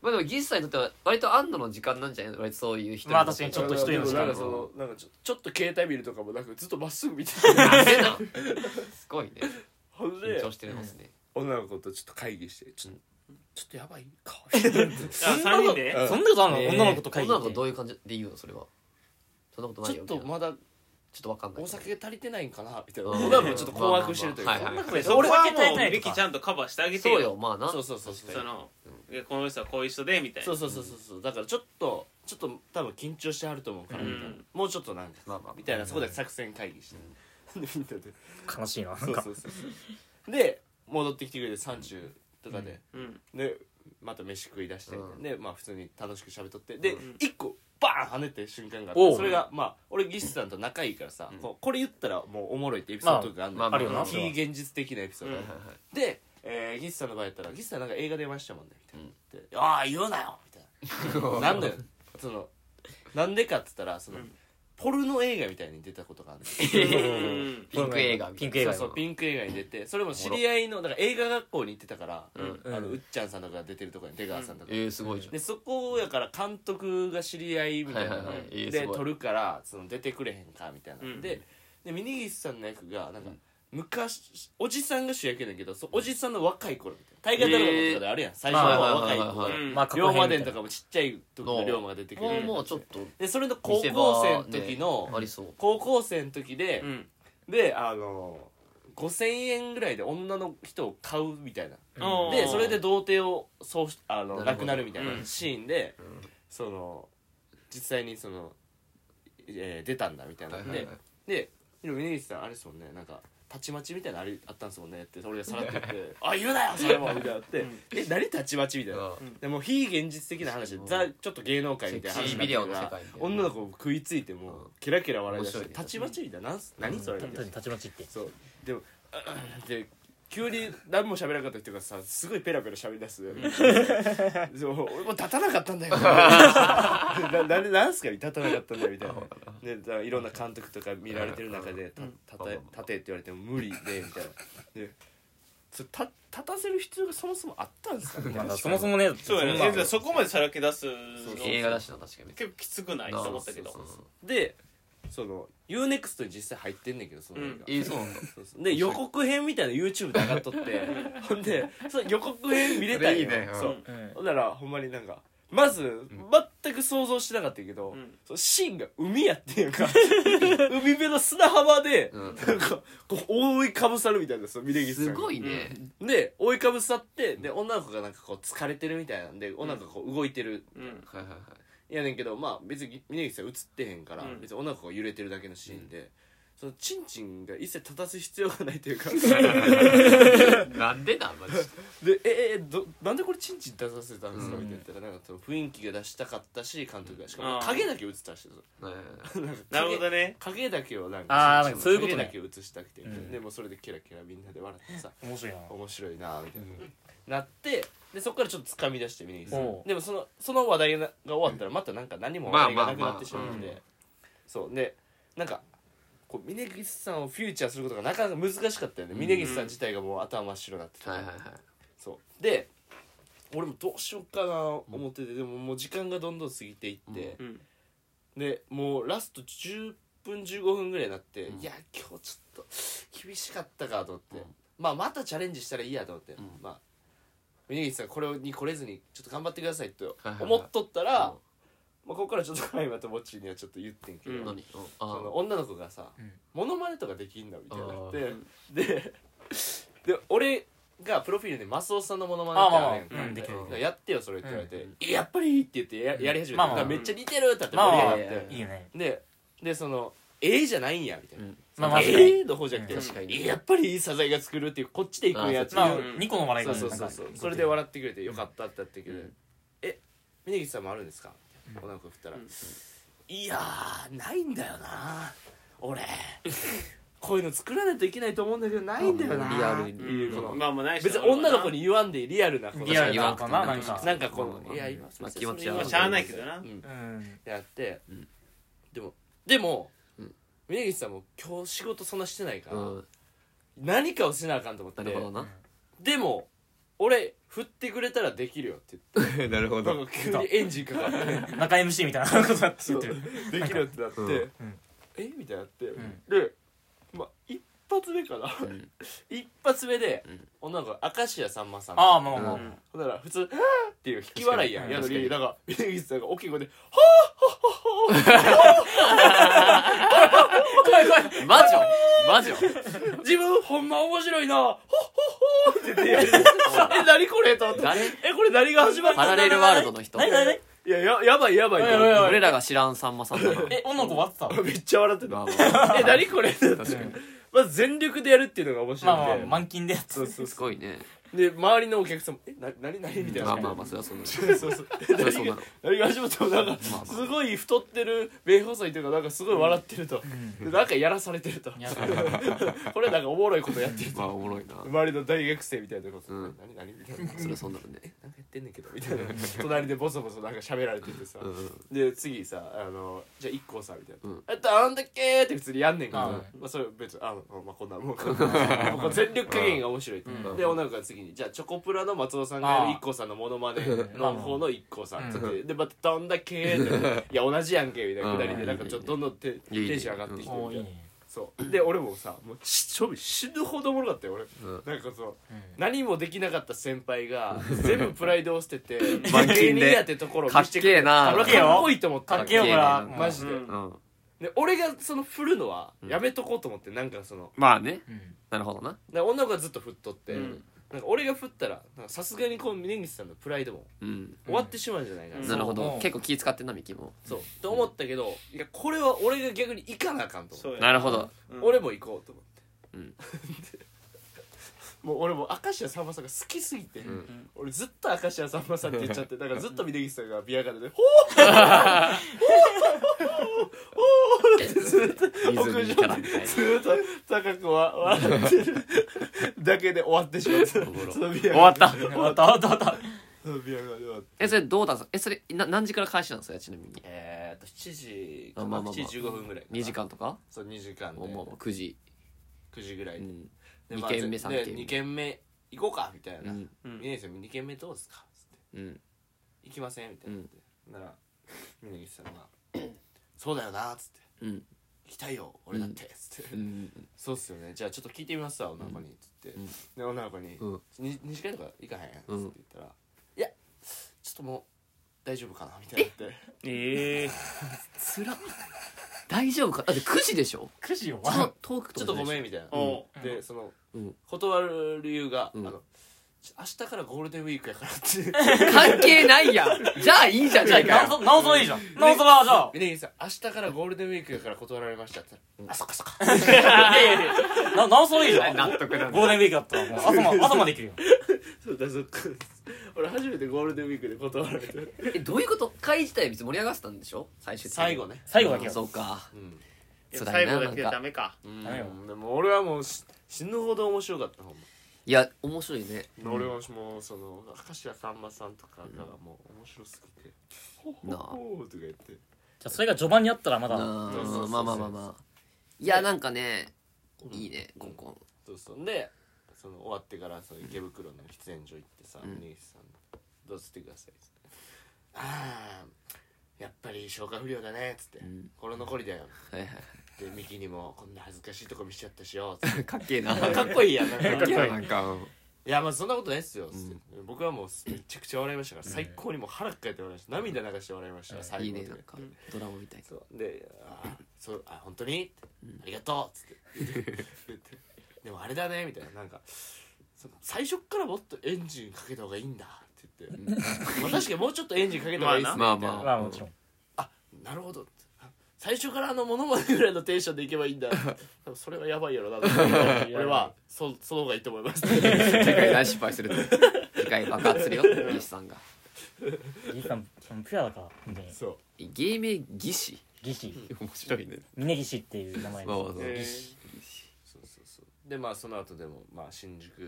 Speaker 3: まあでも技術さんにとっては割と安堵の時間なんじゃない割とそういう人
Speaker 2: まあ確かにちょっと一人の時
Speaker 4: な
Speaker 2: 間
Speaker 4: ん
Speaker 3: を
Speaker 4: かそのなんかちょちょっと携帯見るとかもなくずっとまっすぐ見てる
Speaker 3: すごいね
Speaker 4: ほん
Speaker 3: 緊
Speaker 4: で
Speaker 3: 張してますね
Speaker 4: 女の子とちょっと会議してちょ,、ちょっとやばいかわいい
Speaker 5: 3人で
Speaker 2: そんなことあんの
Speaker 4: えー
Speaker 2: 女の子と会議
Speaker 3: 女の子
Speaker 2: っ
Speaker 3: ど
Speaker 2: て
Speaker 3: ういう感じで言うのそれはそんなことない
Speaker 4: ちょっ
Speaker 3: よみたい
Speaker 4: と
Speaker 3: な
Speaker 4: まだ
Speaker 3: ちょっとわかんない
Speaker 4: お酒足りてないんかなみたいな
Speaker 3: うん
Speaker 4: 僕はもうちょっと困惑してるというか、
Speaker 3: まあまあまあはいはい
Speaker 5: そこはもうミキちゃんとカバーしてあげて
Speaker 3: そうよまあな
Speaker 4: そうそうそうそう
Speaker 5: そのいやこの人はこういう人でみたいな
Speaker 4: そうそうそうそうそうだからちょっとちょっと多分緊張してはると思うからみたいな、
Speaker 5: うん
Speaker 4: もうちょっとなんか
Speaker 3: まあまあ
Speaker 4: みたいなそこで作戦会議して、でみんなで
Speaker 2: 悲しいなな
Speaker 4: そ
Speaker 2: ん
Speaker 4: う
Speaker 2: か
Speaker 4: そうそうで戻ってきてくれて30とかで、
Speaker 5: うん
Speaker 4: でまた飯食い出して、
Speaker 3: うん
Speaker 4: でまあ普通に楽しく喋っとってで、
Speaker 5: ん
Speaker 4: 一個バーン跳ねてる瞬間があっ
Speaker 2: お
Speaker 4: て
Speaker 2: う
Speaker 4: それがまあ俺ギスさんと仲いいからさ、こうこれ言ったらもうおもろいってエピソードがあるの
Speaker 3: まあまあ
Speaker 2: あるよな
Speaker 4: 非現実的なエピソードがある、
Speaker 5: うん
Speaker 3: はいはい
Speaker 4: で、えー、ギスさんの場合やったらギスさんなんか映画出ましたもんねみたいな、でああ言うなよみたいななんだよそのなんでかっつったらその、
Speaker 5: うん
Speaker 4: ポルノ映画みたいに出たことがあるんですよ
Speaker 5: うん
Speaker 3: ピンク映画
Speaker 2: ピンク映画
Speaker 4: そうそうピンク映画に出てそれも知り合いのだから映画学校に行ってたから、
Speaker 2: うん
Speaker 4: あのうっちゃんさんとかが出てるとこに出川さんとか、
Speaker 3: えーすごいじゃん
Speaker 4: でそこやから監督が知り合いみたいなの
Speaker 3: はいはいはいえーす
Speaker 4: で
Speaker 3: ごい
Speaker 4: 撮るからその出てくれへんかみたいな、
Speaker 5: うん
Speaker 4: でで峯岸さんの役がなんか、昔おじさんが主役やねんけどそうおじさんの若い頃みたいな大河ドラマとかであるやん、最初は若い子
Speaker 3: はいはいはいはい
Speaker 5: うん
Speaker 2: まあ過
Speaker 4: 龍
Speaker 2: 去
Speaker 4: 馬
Speaker 2: 編
Speaker 4: 伝
Speaker 2: みた
Speaker 4: と
Speaker 2: いな
Speaker 4: かもちっちゃい時の龍馬が出てくる
Speaker 3: もうもうちょっと
Speaker 4: でそれの高校生の時の
Speaker 3: 見せ場ねありそう
Speaker 4: 高校生の時で、
Speaker 5: うん
Speaker 4: であの5000円ぐらいで女の人を買うみたいな
Speaker 5: うん
Speaker 4: でそれで童貞をそうしあ
Speaker 3: なるほ
Speaker 4: の
Speaker 3: ど
Speaker 4: なくなるみたい
Speaker 5: うん
Speaker 4: なシーンで、その実際にその、えー出たんだみたいな
Speaker 3: はい
Speaker 4: ん
Speaker 3: はい
Speaker 4: で
Speaker 3: はい
Speaker 4: ででも峯岸さんあれですもんねなんかたちまちみたいなのあれあったんですもんねって俺がさらっと言って「あ言うなよそれも」みたいなって「え何たちまち」みたいな
Speaker 3: うん
Speaker 4: でもう非現実的な話で
Speaker 3: うん
Speaker 4: ザちょっと芸能界みたいな話になってるか
Speaker 3: セクシービデオの世
Speaker 4: ら
Speaker 3: 界みたいな
Speaker 4: 女の子も食いついてもうケラケラ笑い出し
Speaker 3: 面
Speaker 4: て「
Speaker 3: 白いね
Speaker 4: たちまち」みたいななんす「何それ」み
Speaker 2: 確
Speaker 4: た
Speaker 2: か
Speaker 4: い
Speaker 2: に
Speaker 4: な
Speaker 2: 立ち待ちって
Speaker 4: そうでも 「で急に何も喋らなかった人がさすごいペラペラ喋り出すのよそう俺もう立たなかったんだよ なななんすか立たなかったんだよみたいなでだからいろんな監督とか見られてる中で「た立て立て」って言われても無理でみたいなでそれた立たせる必要がそもそもあったんですかみた
Speaker 2: ま
Speaker 4: い
Speaker 2: あ
Speaker 4: な
Speaker 2: そもそもね
Speaker 5: そうや
Speaker 2: んな
Speaker 5: ねそこまでさらけ出すの
Speaker 3: 映画だ
Speaker 5: 結
Speaker 3: しな確かに
Speaker 5: 構きつくないと思ったけど
Speaker 3: そうそうそう
Speaker 4: でその UNEXT に実際入ってんねんけどその映画、
Speaker 3: えーそうなんだ
Speaker 4: そうそうで予告編みたいな YouTube で上が っとってほんでその予告編見れたんよ
Speaker 3: それいいねうん
Speaker 4: そう
Speaker 2: うん
Speaker 4: ほんならほんまになんかまず全く想像してなかったけど、
Speaker 5: ん
Speaker 4: そのシーンが海やっていうか 海辺の砂浜で、
Speaker 3: うん
Speaker 4: なんかこう覆いかぶさるみたいなその峯岸さ
Speaker 3: す
Speaker 4: んが
Speaker 3: ごいね
Speaker 4: で覆いかぶさってで女の子がなんかこう疲れてるみたいなんで女の子がこう動いてる、
Speaker 5: うん
Speaker 3: はいはいはい
Speaker 4: いやねんけどまあ別に峯岸さん映ってへんから、
Speaker 5: うん
Speaker 4: 別に女の子が揺れてるだけのシーンで。そのチンチンが一切立たす必要がないという かで
Speaker 3: なんでなんマジで
Speaker 4: ええどなんでこれチンチン出させたんですか
Speaker 3: う
Speaker 4: みたい
Speaker 3: ん
Speaker 4: な言ったらなんかその雰囲気が出したかったし監督がしか
Speaker 5: う
Speaker 4: も
Speaker 5: ん
Speaker 4: 影だけ映ったらしいです
Speaker 3: はいはい
Speaker 5: なるほどね
Speaker 4: 影だけをなん
Speaker 2: あ
Speaker 4: か
Speaker 2: ーなんかそういうことね
Speaker 4: 影だけ映したくて、
Speaker 2: うん
Speaker 4: でもうそれでキラキラみんなで笑ってさ
Speaker 2: 面白いな
Speaker 4: 面白いなみたいな、なってでそこからちょっと掴み出してみに行
Speaker 2: おう
Speaker 4: でもそのその話題が終わったらまたなんか何も話題がなくなってしまう
Speaker 2: まあ
Speaker 4: ん
Speaker 2: まあまあ
Speaker 4: でそうでなんかこう峯岸さんをフューチャーすることがなかなか難しかったよね
Speaker 3: うん
Speaker 4: 峯岸さん自体がもう頭真っ白になってて、
Speaker 3: はいはい
Speaker 4: そうで俺もどうしようかな思っててでももう時間がどんどん過ぎていって、
Speaker 5: うん
Speaker 4: でもうラスト10分15分ぐらいになって、
Speaker 3: うん
Speaker 4: いや今日ちょっと厳しかったかと思って、
Speaker 3: うん
Speaker 4: まあまたチャレンジしたらいいやと思って、
Speaker 3: ん
Speaker 4: まあ峯岸さんこれに来れずにちょっと頑張ってくださいと
Speaker 3: はいはいはい
Speaker 4: 思っとったら、
Speaker 3: うん
Speaker 4: まあ、ここからちょっと今とモッチーにはちょっと言ってんけど、
Speaker 5: うん
Speaker 3: 何うんあ
Speaker 4: そ
Speaker 3: ー
Speaker 4: の女の子がさ、
Speaker 2: うん
Speaker 4: モノマネとかできんのみたいになってでで俺がプロフィールでマスオさんのモノマネってあるやんか
Speaker 2: あまあまあうんできる
Speaker 4: うんやってよそれって言われて「やっぱり!」って言ってややり始め
Speaker 2: ま
Speaker 4: た、
Speaker 2: あまあ
Speaker 4: だからめっちゃ似てるってなって
Speaker 2: まあ
Speaker 4: 盛
Speaker 2: ま
Speaker 4: り上がっ
Speaker 2: あ
Speaker 4: て、
Speaker 3: いやいやい
Speaker 2: いいね
Speaker 4: ででその「えーじゃないんや」みたいな
Speaker 3: うん
Speaker 4: 「
Speaker 2: まあまあ確かに
Speaker 4: えーの方じゃなくて、
Speaker 3: うん確かに
Speaker 4: えーやっぱりいいサザエが作るっていうこっちで行くんやっていう
Speaker 2: まあ
Speaker 5: うん
Speaker 2: 2個の笑い
Speaker 4: そう
Speaker 2: が
Speaker 4: そう
Speaker 2: な
Speaker 4: そう
Speaker 2: う
Speaker 4: そ
Speaker 2: そうう
Speaker 4: それで笑ってくれてよかったってなったけど
Speaker 3: うん
Speaker 4: 「え峯岸さんもあるんですか?」女の子が振ったら
Speaker 5: う
Speaker 4: 「
Speaker 5: ん
Speaker 4: いやーないんだよな俺こういうの作らないといけないと思うんだけどないんだよな」
Speaker 3: リアル
Speaker 4: って
Speaker 3: に
Speaker 4: いうこの
Speaker 5: まあまあないし
Speaker 4: 別に女の子に言わんでいいリアルなこの
Speaker 2: リアル
Speaker 3: 言
Speaker 2: な
Speaker 3: わ
Speaker 2: の
Speaker 3: んく
Speaker 2: かななん
Speaker 3: てもな
Speaker 2: か
Speaker 4: なんかこ
Speaker 3: まあまあま
Speaker 4: の
Speaker 3: あ
Speaker 4: いや今
Speaker 3: まあ気持ちは
Speaker 5: まあしゃあないけどな
Speaker 4: うん
Speaker 2: うん
Speaker 4: やって
Speaker 3: うん
Speaker 4: でもでも
Speaker 3: うん
Speaker 4: 峯岸さんも今日仕事そんなしてないから
Speaker 3: うん
Speaker 4: 何かをしなあかんと思っ
Speaker 3: なる
Speaker 4: て
Speaker 3: ほどな
Speaker 4: でも俺振ってくれたらできるよって言って
Speaker 3: なるほ
Speaker 4: なんか急にエンジンかかって
Speaker 2: 中 MC みたいなことだって言ってる
Speaker 4: できるってなって、
Speaker 3: うん
Speaker 2: うん
Speaker 4: えみたいになって、
Speaker 2: ん
Speaker 4: でまあ一発目かな
Speaker 3: ん
Speaker 4: 一発目で、
Speaker 3: うん
Speaker 4: 女の子明石家さんまさん
Speaker 2: ああまあまあ
Speaker 3: う
Speaker 2: まあ
Speaker 4: ほんなら普通「はぁっていう引き笑いやんやの
Speaker 3: 確か
Speaker 4: に
Speaker 3: に
Speaker 4: なんか峯岸さんが大きい声で「
Speaker 3: マジョマジ ョ
Speaker 4: 自分ほんま面白いなほっほっほーって言って え何これと思って
Speaker 3: 誰
Speaker 4: えこれ何が始まった
Speaker 3: パ
Speaker 4: んだ
Speaker 3: ラレルワールドの人
Speaker 2: 何何何
Speaker 4: いやややばいやばいと
Speaker 2: おいおい
Speaker 4: 思っ
Speaker 2: おい
Speaker 3: 俺らが知らんさんまさんだな
Speaker 2: え女の子割ってた
Speaker 4: てめっちゃ笑って
Speaker 3: まあ
Speaker 4: た
Speaker 3: まあ
Speaker 4: え何これってなって
Speaker 3: 確かに
Speaker 4: まず全力でやるっていうのが面
Speaker 2: ま
Speaker 4: 白
Speaker 2: あまあ
Speaker 4: いんで
Speaker 2: 満勤でやつ
Speaker 4: そうそう
Speaker 3: す
Speaker 4: そ
Speaker 3: ごいね
Speaker 4: うで周りのお客さんも「えな何何?」みたい
Speaker 3: ま
Speaker 4: な
Speaker 3: あまあまあそれはそうなのそ
Speaker 4: そうそうそう
Speaker 3: れはそうなの
Speaker 4: 何が始まったのなんか
Speaker 3: まあまあ
Speaker 4: すごい太ってる米細いというかなんかすごい笑ってるとでなんかやらされてると
Speaker 2: やばいな
Speaker 4: これなんかおもろいことやってる
Speaker 3: ま
Speaker 4: と
Speaker 3: あおもろいな
Speaker 4: 周りの大学生みたいなこと
Speaker 3: うん
Speaker 4: 何何みたいな
Speaker 3: それはそうなるね
Speaker 4: なんかやってんねんけどみたいな隣でボソボソなんか喋られててさ、
Speaker 3: うん
Speaker 4: で次さあのじゃあ IKKO さんみたいな
Speaker 3: うん
Speaker 4: 「えっとあんだっけ?」って普通にやんねんけど、
Speaker 2: うん
Speaker 4: まあそれ別にあまあこんなもん かもう全力加減が面白いって、
Speaker 3: うん
Speaker 4: で女の子が次に「じゃあチョコプラの松尾さんがやる
Speaker 2: あー
Speaker 4: IKKO さんのモノマネの方の IKKO さん」って言って、
Speaker 3: う
Speaker 4: でまた「どんだけ?」って言って「いや同じやんけ」みたいなくだり
Speaker 3: う
Speaker 4: で
Speaker 3: ん
Speaker 4: なんかちょっとどんどんテテ
Speaker 3: いいね
Speaker 4: ンション上がってきて
Speaker 2: お
Speaker 4: みた
Speaker 2: ー
Speaker 4: い
Speaker 2: い
Speaker 4: な
Speaker 2: いね
Speaker 4: そうで俺もさもうしちょび死ぬほどおもろかったよ俺、
Speaker 3: ん
Speaker 4: なんかそう
Speaker 2: うん
Speaker 4: 何もできなかった先輩 が全部プライドを捨てて
Speaker 3: 満
Speaker 4: 芸
Speaker 3: 勤で
Speaker 4: 人やってところを
Speaker 3: か
Speaker 4: 見
Speaker 3: っ
Speaker 4: せて
Speaker 3: けえな
Speaker 4: 俺はかっこいいと思った
Speaker 2: かっけえよほら
Speaker 3: かっけえね
Speaker 4: マジで,、
Speaker 5: うん
Speaker 3: うん
Speaker 4: で俺がその振るのはやめとこうと思ってなんかその
Speaker 3: まあね
Speaker 2: うん
Speaker 3: なるほどな
Speaker 4: なんか女の子がずっと振っとって、
Speaker 5: うん
Speaker 4: なんか俺が振ったらなんかさすがにこの峯岸さんのプライドも
Speaker 3: うん
Speaker 4: 終わってしまうんじゃないかな、
Speaker 5: うん
Speaker 3: なるほ
Speaker 2: そう
Speaker 3: ど
Speaker 2: もう
Speaker 3: 結構気使ってんなミキも
Speaker 4: そうと思ったけどいやこれは俺が逆に行かなあかんと思って
Speaker 5: そうや
Speaker 3: なるほど
Speaker 5: うん
Speaker 4: 俺も行こうと思って、
Speaker 3: うん
Speaker 4: で もう俺も明石家さんまさんが好きすぎて、
Speaker 3: ん
Speaker 4: 俺ずっと明石家さんまさんって言っ ちゃってだからずっと峯岸さんがビアガーデンで「ほーほーほーほーほー」ってずっと
Speaker 3: 水にからみたいな
Speaker 4: ずっと高くわ笑ってるだけで終わってしまったそのビア
Speaker 3: 終
Speaker 4: ガ
Speaker 3: わ
Speaker 4: ー
Speaker 3: っ
Speaker 4: デン
Speaker 3: た
Speaker 2: 終わった終わった終わった
Speaker 4: そのビアガーデンで終わって
Speaker 3: えそれどうだったんすえそれな何時から開始なんですかちなみに
Speaker 4: えーっと7時
Speaker 3: あ
Speaker 4: か
Speaker 3: ま
Speaker 4: な
Speaker 3: あまあまあ
Speaker 4: 7時15分ぐらいかな
Speaker 3: 2時間とか
Speaker 4: そう2時間で
Speaker 3: もうもう9時
Speaker 4: 9時ぐらいうで
Speaker 3: ん
Speaker 4: で
Speaker 3: 2
Speaker 4: まあ
Speaker 3: 軒目
Speaker 4: で
Speaker 3: 3軒
Speaker 4: 二
Speaker 3: 目
Speaker 4: 軒目行こうかみたいな
Speaker 3: うん
Speaker 5: うん
Speaker 4: 峰岸さん2軒目どうですか?」つって
Speaker 3: うん
Speaker 4: 「行きません」みたいになって、なら峰岸さんが 「そうだよな」っつって
Speaker 3: うん
Speaker 4: 「行きたいよ俺だって」っつ って「
Speaker 3: うん
Speaker 4: そうっすよねじゃあちょっと聞いてみますわ女の子に」っつって、
Speaker 3: ん
Speaker 4: で女の子に
Speaker 3: うん
Speaker 4: 「に二次会とか行かへん?」っつって言ったら「いやちょっともう
Speaker 1: 大丈夫かなみたいになって
Speaker 5: ええ
Speaker 3: つら大丈夫かだって9時でしょ
Speaker 2: 9時よ
Speaker 3: その遠 く
Speaker 4: ちょっとごめ
Speaker 3: ん
Speaker 4: んみたいな
Speaker 5: お
Speaker 4: でその、
Speaker 3: うん
Speaker 4: 断る理由が、
Speaker 3: うん
Speaker 4: あのちょ明日からゴールデンウィークやからって
Speaker 3: 関係ないやんじゃあいいじゃねえか
Speaker 2: なお
Speaker 3: よ
Speaker 2: そなおそいいじゃんなおそはじゃあ
Speaker 4: 峰岸さん明日からゴールデンウィークやから断られましたって言ったらあそっかそっか
Speaker 2: ななおそいいじゃん
Speaker 3: 納得なんだ
Speaker 2: ゴールデンウィークだったらもう朝ま朝まで行けるよ
Speaker 4: そうだそっか俺初めてゴールデンウィークで断られた
Speaker 3: えどういうこと会自体は別に盛り上がってたんでしょ最終的に
Speaker 4: 最後ね
Speaker 2: 最後だけ
Speaker 3: あ
Speaker 2: よ
Speaker 3: そうか
Speaker 4: うん
Speaker 5: ー、
Speaker 3: 辛
Speaker 5: 最
Speaker 3: いな
Speaker 5: 後
Speaker 3: な
Speaker 5: だ
Speaker 3: ん
Speaker 5: けダ
Speaker 3: か
Speaker 5: メか
Speaker 2: ダメよ
Speaker 4: でも俺はもうし死ぬほど面白かったほん
Speaker 3: いや面白いね
Speaker 4: ま、俺はもうその明石家さんまさんとかがもう面白すぎて「ほほ
Speaker 3: なあ
Speaker 4: ほ」とか言って
Speaker 2: じゃあそれが序盤にあったらま
Speaker 3: な
Speaker 2: だ
Speaker 3: あ
Speaker 4: そうそうそうそう
Speaker 3: まあまあまあまあいやなんかねいいね
Speaker 4: うん
Speaker 3: コンコン
Speaker 4: そうそうでその終わってからその池袋の喫煙所行ってさ
Speaker 3: ん
Speaker 4: 峰岸さん「どうしてください」っつって「ああやっぱり消化不良だね」っつって
Speaker 3: ん
Speaker 4: 「これ残りだよ
Speaker 3: はいは」
Speaker 4: でミキにも「こんな恥ずかしいとこ見せちゃったしよ」つっ
Speaker 3: い かっけえな
Speaker 4: てかっこいいやんなんか
Speaker 2: かっこいい
Speaker 3: なんか
Speaker 4: いやまあそんなことないっすよ、僕はもうめちゃくちゃ笑いましたから最高にもう腹かいて笑いました涙流して笑いました、最後
Speaker 3: いい
Speaker 4: まで
Speaker 3: ねなんかドラマみたいな
Speaker 4: そうで「あーそうあ本当に?って」ありがとう」っつって言って 言ってでもあれだね」みたいななんかその最初っからもっとエンジンかけた方がいいんだって言って、まあ、確かにもうちょっとエンジンかけた方がいいっすね
Speaker 3: まあ
Speaker 4: みたいな
Speaker 3: ま
Speaker 2: まあもちろん
Speaker 4: なるほどあ最初からあの物まねぐらいのテンションでいけばいい んだ多分それはやばいやろなと思って俺はそその方がいいと思います
Speaker 3: 次回大失敗すると次回爆発す るよ技師さんが
Speaker 2: ギシさんそのピュアだから本当に
Speaker 4: そう
Speaker 3: 芸名技師
Speaker 2: ギシ
Speaker 3: 面白いね
Speaker 2: 峰岸っていう名前
Speaker 3: まあまあまあ
Speaker 5: え
Speaker 4: そうそうそうでまあその後でもまあ新宿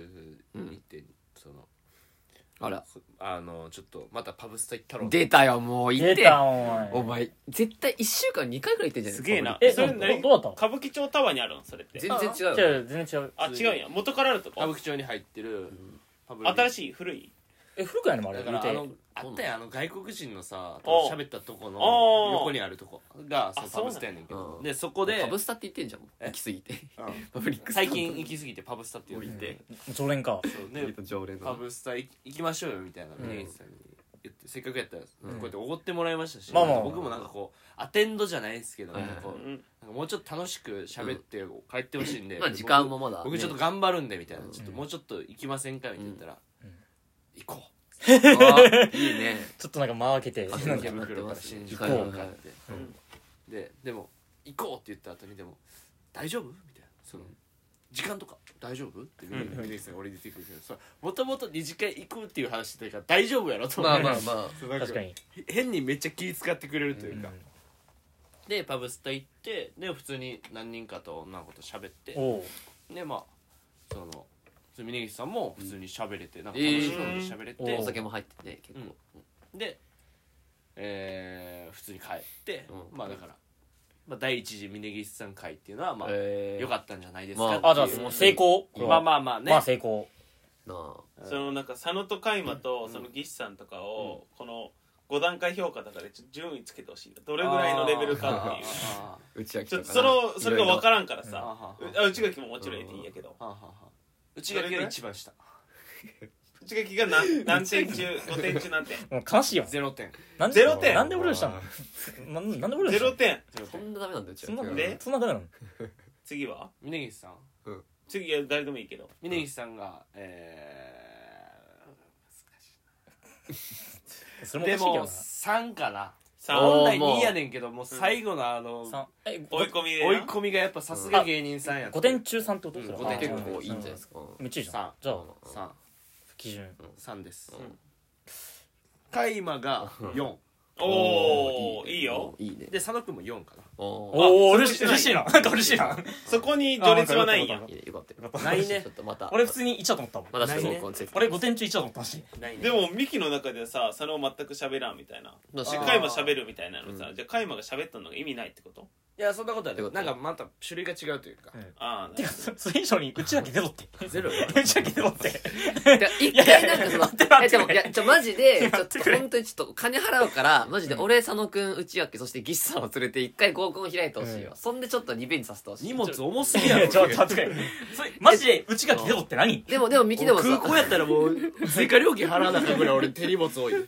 Speaker 4: に行って、その
Speaker 3: あら
Speaker 4: あのちょっとまたパブスタ行ったろう
Speaker 3: 出たよもう行っ
Speaker 2: 出
Speaker 3: て
Speaker 2: たお前
Speaker 3: お前絶対1週間2回ぐらい行ってんじ
Speaker 5: ー、
Speaker 3: ゃない
Speaker 5: すげえな
Speaker 2: え
Speaker 5: それ
Speaker 2: ど
Speaker 5: 何
Speaker 2: どうだった
Speaker 5: 歌舞伎町タワーにあるのそれって
Speaker 3: 全然違うよ
Speaker 2: 違う全然違う
Speaker 5: あ違うんや元からあると
Speaker 4: 歌
Speaker 5: こ
Speaker 4: 舞伎町に入ってる、パブ
Speaker 5: 新
Speaker 4: い
Speaker 5: しい古い
Speaker 2: え古くないのもあれ
Speaker 4: だからあ
Speaker 2: 言う
Speaker 4: の
Speaker 2: て
Speaker 4: あったやんあの外国人のさ
Speaker 5: おう
Speaker 4: 喋ったとこの
Speaker 5: おう
Speaker 4: 横にあるとこがそう
Speaker 5: あ
Speaker 4: パ
Speaker 5: そうなんだ
Speaker 4: ブスタやねんけど
Speaker 3: うん
Speaker 4: でそこ
Speaker 3: パ
Speaker 4: で
Speaker 3: ブスタって言ってんじゃんもう行き過ぎて
Speaker 4: うん
Speaker 3: パブリックスタ
Speaker 4: 最近行き過ぎてパブスタって言って
Speaker 2: 常連か
Speaker 4: そうで
Speaker 3: 常連
Speaker 4: パブスタ行きましょうよみたいな
Speaker 2: うん
Speaker 4: 峰岸さんに言ってせっかくやったらこうやっておごってもらいましたし
Speaker 2: まあまあ
Speaker 4: 僕もなんかこうアテンドじゃないですけどなんかこ
Speaker 5: う
Speaker 4: うんなんかもうちょっと楽しく喋って帰ってほしいんで、
Speaker 3: まあ時間もまだね
Speaker 4: 僕僕ちょっと頑張るんでみたいな、ちょっともうちょっと行きませんかみたいな言ったら、
Speaker 2: うん
Speaker 4: 行こ
Speaker 3: あいいね
Speaker 2: ちょっとなんか間開けて
Speaker 3: あ
Speaker 4: う
Speaker 3: そう
Speaker 4: 池袋から新宿に向かって、
Speaker 5: うん
Speaker 4: ででも行こうって言った後にでも「大丈夫?」みたいなその。時間とか大丈夫って峰岸さんが俺に出てくるけどもともと二次会行くっていう話してたから大丈夫やろと思
Speaker 3: ま
Speaker 4: っ
Speaker 3: あ
Speaker 4: て
Speaker 3: まあま
Speaker 4: そうなん
Speaker 2: 確かに
Speaker 4: 変にめっちゃ気使ってくれるというか、
Speaker 2: うん
Speaker 4: でパブスタ行ってで普通に何人かと女の子と喋って
Speaker 2: おう
Speaker 4: でまあその普通に峯岸さんも普通に喋れて、なんか楽しそうに喋れて、
Speaker 2: えー
Speaker 3: あお酒も入ってね結構
Speaker 4: で、えー普通に帰って、
Speaker 3: うん
Speaker 4: まあだから、まあ、第一次峯岸さん会っていうのはまあ、
Speaker 3: え
Speaker 4: 良
Speaker 3: ー
Speaker 4: かったんじゃないですかっていう、
Speaker 3: ま
Speaker 2: あじゃあもう成功これ
Speaker 4: ま
Speaker 2: は
Speaker 4: あまあまあね、
Speaker 2: まあ成功
Speaker 3: なあ
Speaker 5: そのなんか佐野と海馬とその技師さんとかをこの5段階評価とかでちょっと順位つけてほしいどれぐらいのレベルかっていう
Speaker 4: あ
Speaker 3: 内秋
Speaker 5: ち
Speaker 3: と
Speaker 5: ょっ
Speaker 3: か
Speaker 5: とそのそれが分
Speaker 3: ら
Speaker 5: からんから
Speaker 4: ーあー
Speaker 5: さ
Speaker 4: あーあー
Speaker 5: うあ内垣ももちろんいいんやけど
Speaker 4: あーあーあー内垣が一番下
Speaker 5: 内垣が何何点中5点中何点
Speaker 2: もう悲しいよ
Speaker 4: ゼロ点
Speaker 2: なん
Speaker 5: ゼロ点
Speaker 2: なんで俺らしたのなんなんで俺らした
Speaker 5: 0
Speaker 2: の
Speaker 5: 点
Speaker 4: ゼロ
Speaker 3: そ
Speaker 4: 点
Speaker 3: んなダメなんだよ内
Speaker 2: そん
Speaker 3: 秋
Speaker 2: な
Speaker 3: が
Speaker 5: で
Speaker 2: そんなダメなの
Speaker 5: 次は
Speaker 4: 峯岸さん
Speaker 5: 次は誰でもいいけど
Speaker 4: 峯岸さんが、え
Speaker 2: そ
Speaker 4: ー
Speaker 2: れもお
Speaker 4: で
Speaker 2: かしいけ
Speaker 4: も
Speaker 2: どな
Speaker 4: 3かな
Speaker 5: 3
Speaker 3: お
Speaker 4: 本
Speaker 3: ー
Speaker 4: 来
Speaker 3: もう
Speaker 4: 2やねんけどもう最後のあの、
Speaker 2: 三え
Speaker 5: 追い込みでな
Speaker 4: 追い込みがやっぱさすが芸人さんやった
Speaker 2: 5点中3ってことで
Speaker 4: う
Speaker 2: す
Speaker 4: ん
Speaker 2: よ
Speaker 4: 五点中
Speaker 3: 結構いいんじゃないです
Speaker 2: か
Speaker 3: か
Speaker 2: めっちゃいいじゃん
Speaker 4: 三
Speaker 2: じゃあ
Speaker 4: 三
Speaker 2: 基準
Speaker 4: 三です
Speaker 5: ん
Speaker 4: 海馬が4
Speaker 5: おおいいよ
Speaker 3: いいね
Speaker 4: で佐野君も4かな
Speaker 3: おー
Speaker 2: おお
Speaker 5: あ
Speaker 2: 嬉しい
Speaker 5: そう
Speaker 2: 嬉
Speaker 5: して
Speaker 2: し
Speaker 5: ない
Speaker 2: い ななんか嬉しいな
Speaker 5: そこに序列はないん
Speaker 2: あ
Speaker 5: や
Speaker 2: わ
Speaker 3: いいねよかったよ
Speaker 4: ないね
Speaker 3: ちょっとまた
Speaker 2: 俺普通に1だと思ったもん
Speaker 3: まだちょっとコンセプト
Speaker 2: 俺5点中1だと思ったし
Speaker 4: ないね
Speaker 5: でもミキの中でさ佐野全く喋らんみたいな
Speaker 3: まあ
Speaker 5: で
Speaker 3: しっか
Speaker 5: カ
Speaker 3: り
Speaker 5: イマ喋るみたいなのさ、じゃあカイマが喋ったのが意味ないってこと
Speaker 4: いやそんなことは
Speaker 3: ってこ
Speaker 4: ね
Speaker 3: と
Speaker 4: なんかまた種類が違うというか
Speaker 5: ああ
Speaker 2: てかそそれ以上にうちだけ出ろ って
Speaker 4: ゼロ
Speaker 2: うちだけ出ろって
Speaker 3: だから一回なんかその
Speaker 2: いや
Speaker 3: えでもいやちょマジでちょっ
Speaker 2: 待
Speaker 3: と
Speaker 2: って
Speaker 3: 本当にちょっと金払うからマジで俺佐野くん内訳そしてギスさんを連れて一回合コン開いてほしいよ
Speaker 2: う
Speaker 3: そんでちょっとリベンジさせてほしい
Speaker 4: 荷物重す
Speaker 2: い
Speaker 4: ぎや
Speaker 2: や
Speaker 4: ろ
Speaker 2: ちょっと 確かにそれマジでうちがけ出ろって何
Speaker 3: でもでもミキでも
Speaker 4: 空
Speaker 3: さ
Speaker 4: 港やったらもう追加料金払わなあかんぐらい俺手荷物多い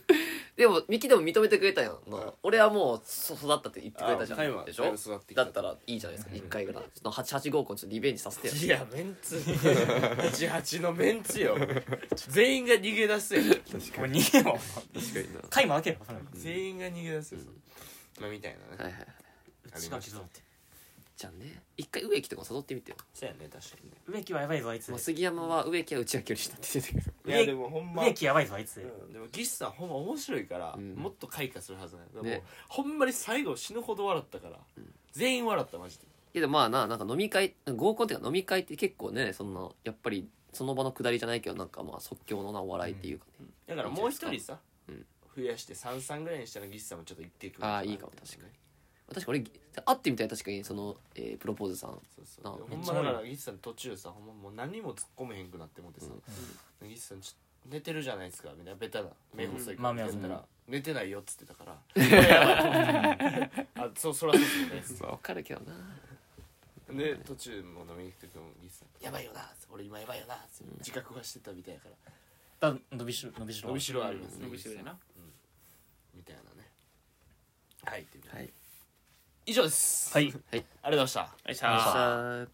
Speaker 3: でもミキでも認めてくれたやんな俺はもうそ育ったって言ってくれたじゃ
Speaker 1: あカイは
Speaker 3: んでしょ
Speaker 1: だいぶ育ってきた
Speaker 3: だったらいいじゃないですか一回ぐらいその88合コンちょっとリベンジさせてよ
Speaker 4: いやメンツ18のメンツよ全員が逃げ出すよ
Speaker 2: もう逃げも
Speaker 3: 確かにな
Speaker 2: 回も開ければそれ
Speaker 4: 全員が逃げ出すよまあみたいなね
Speaker 3: はいはいはいう
Speaker 2: ちが傷を負って
Speaker 3: じゃあね一回植木とか誘ってみてよ
Speaker 4: そうやね確かにね
Speaker 2: 植木はやばいぞあいつ
Speaker 3: まあ杉山は植木は内脇より下って出てくる
Speaker 4: いやでもほんま
Speaker 2: 植木やばいぞあいつ
Speaker 4: うんでもギスさんほんま面白いから、
Speaker 3: うん
Speaker 4: もっと開花するはずなんやでも、
Speaker 3: ね
Speaker 4: ほんまに最後死ぬほど笑ったから、全員笑ったマジで
Speaker 3: いやでもまあななんか飲み会合コンっていうか飲み会って結構ねそんなやっぱりその場の下りじゃないけどなんかまあ即興のなお笑いっていうかね、
Speaker 4: だからもう一人さ、
Speaker 3: うん
Speaker 4: 増やして33ぐらいにしたらギスさんもちょっと行ってくる
Speaker 3: あーいいかも確かに確か俺会ってみたい確かにその、えープロポーズさん
Speaker 4: そうそ
Speaker 3: な
Speaker 4: うほ
Speaker 3: め
Speaker 2: っ
Speaker 4: ん
Speaker 2: ちゃ
Speaker 4: まだか
Speaker 2: お
Speaker 4: らギスさん途中さほんまもう何も突っ込めへんくなってもってさ、ギスさんちょっと寝てるじゃないですかみたいなベタな目細いから
Speaker 2: うんまあ
Speaker 4: って言った
Speaker 2: 目細
Speaker 4: ら寝てないよっつってた から あそうそらそうですよね
Speaker 3: わかるけどな
Speaker 4: で途中も飲みに行く時もギスさん「やばいよな」俺今やばいよなって自覚はしてたみたいやから
Speaker 2: だ伸びしろ伸びしろ
Speaker 4: 伸びしろはありますね
Speaker 5: 伸びしろやな
Speaker 4: みたいなねはいっていう
Speaker 3: はい
Speaker 4: 以上です
Speaker 2: はい
Speaker 4: ありがとうございました
Speaker 5: よいし
Speaker 2: よいし
Speaker 5: ょ
Speaker 3: さあ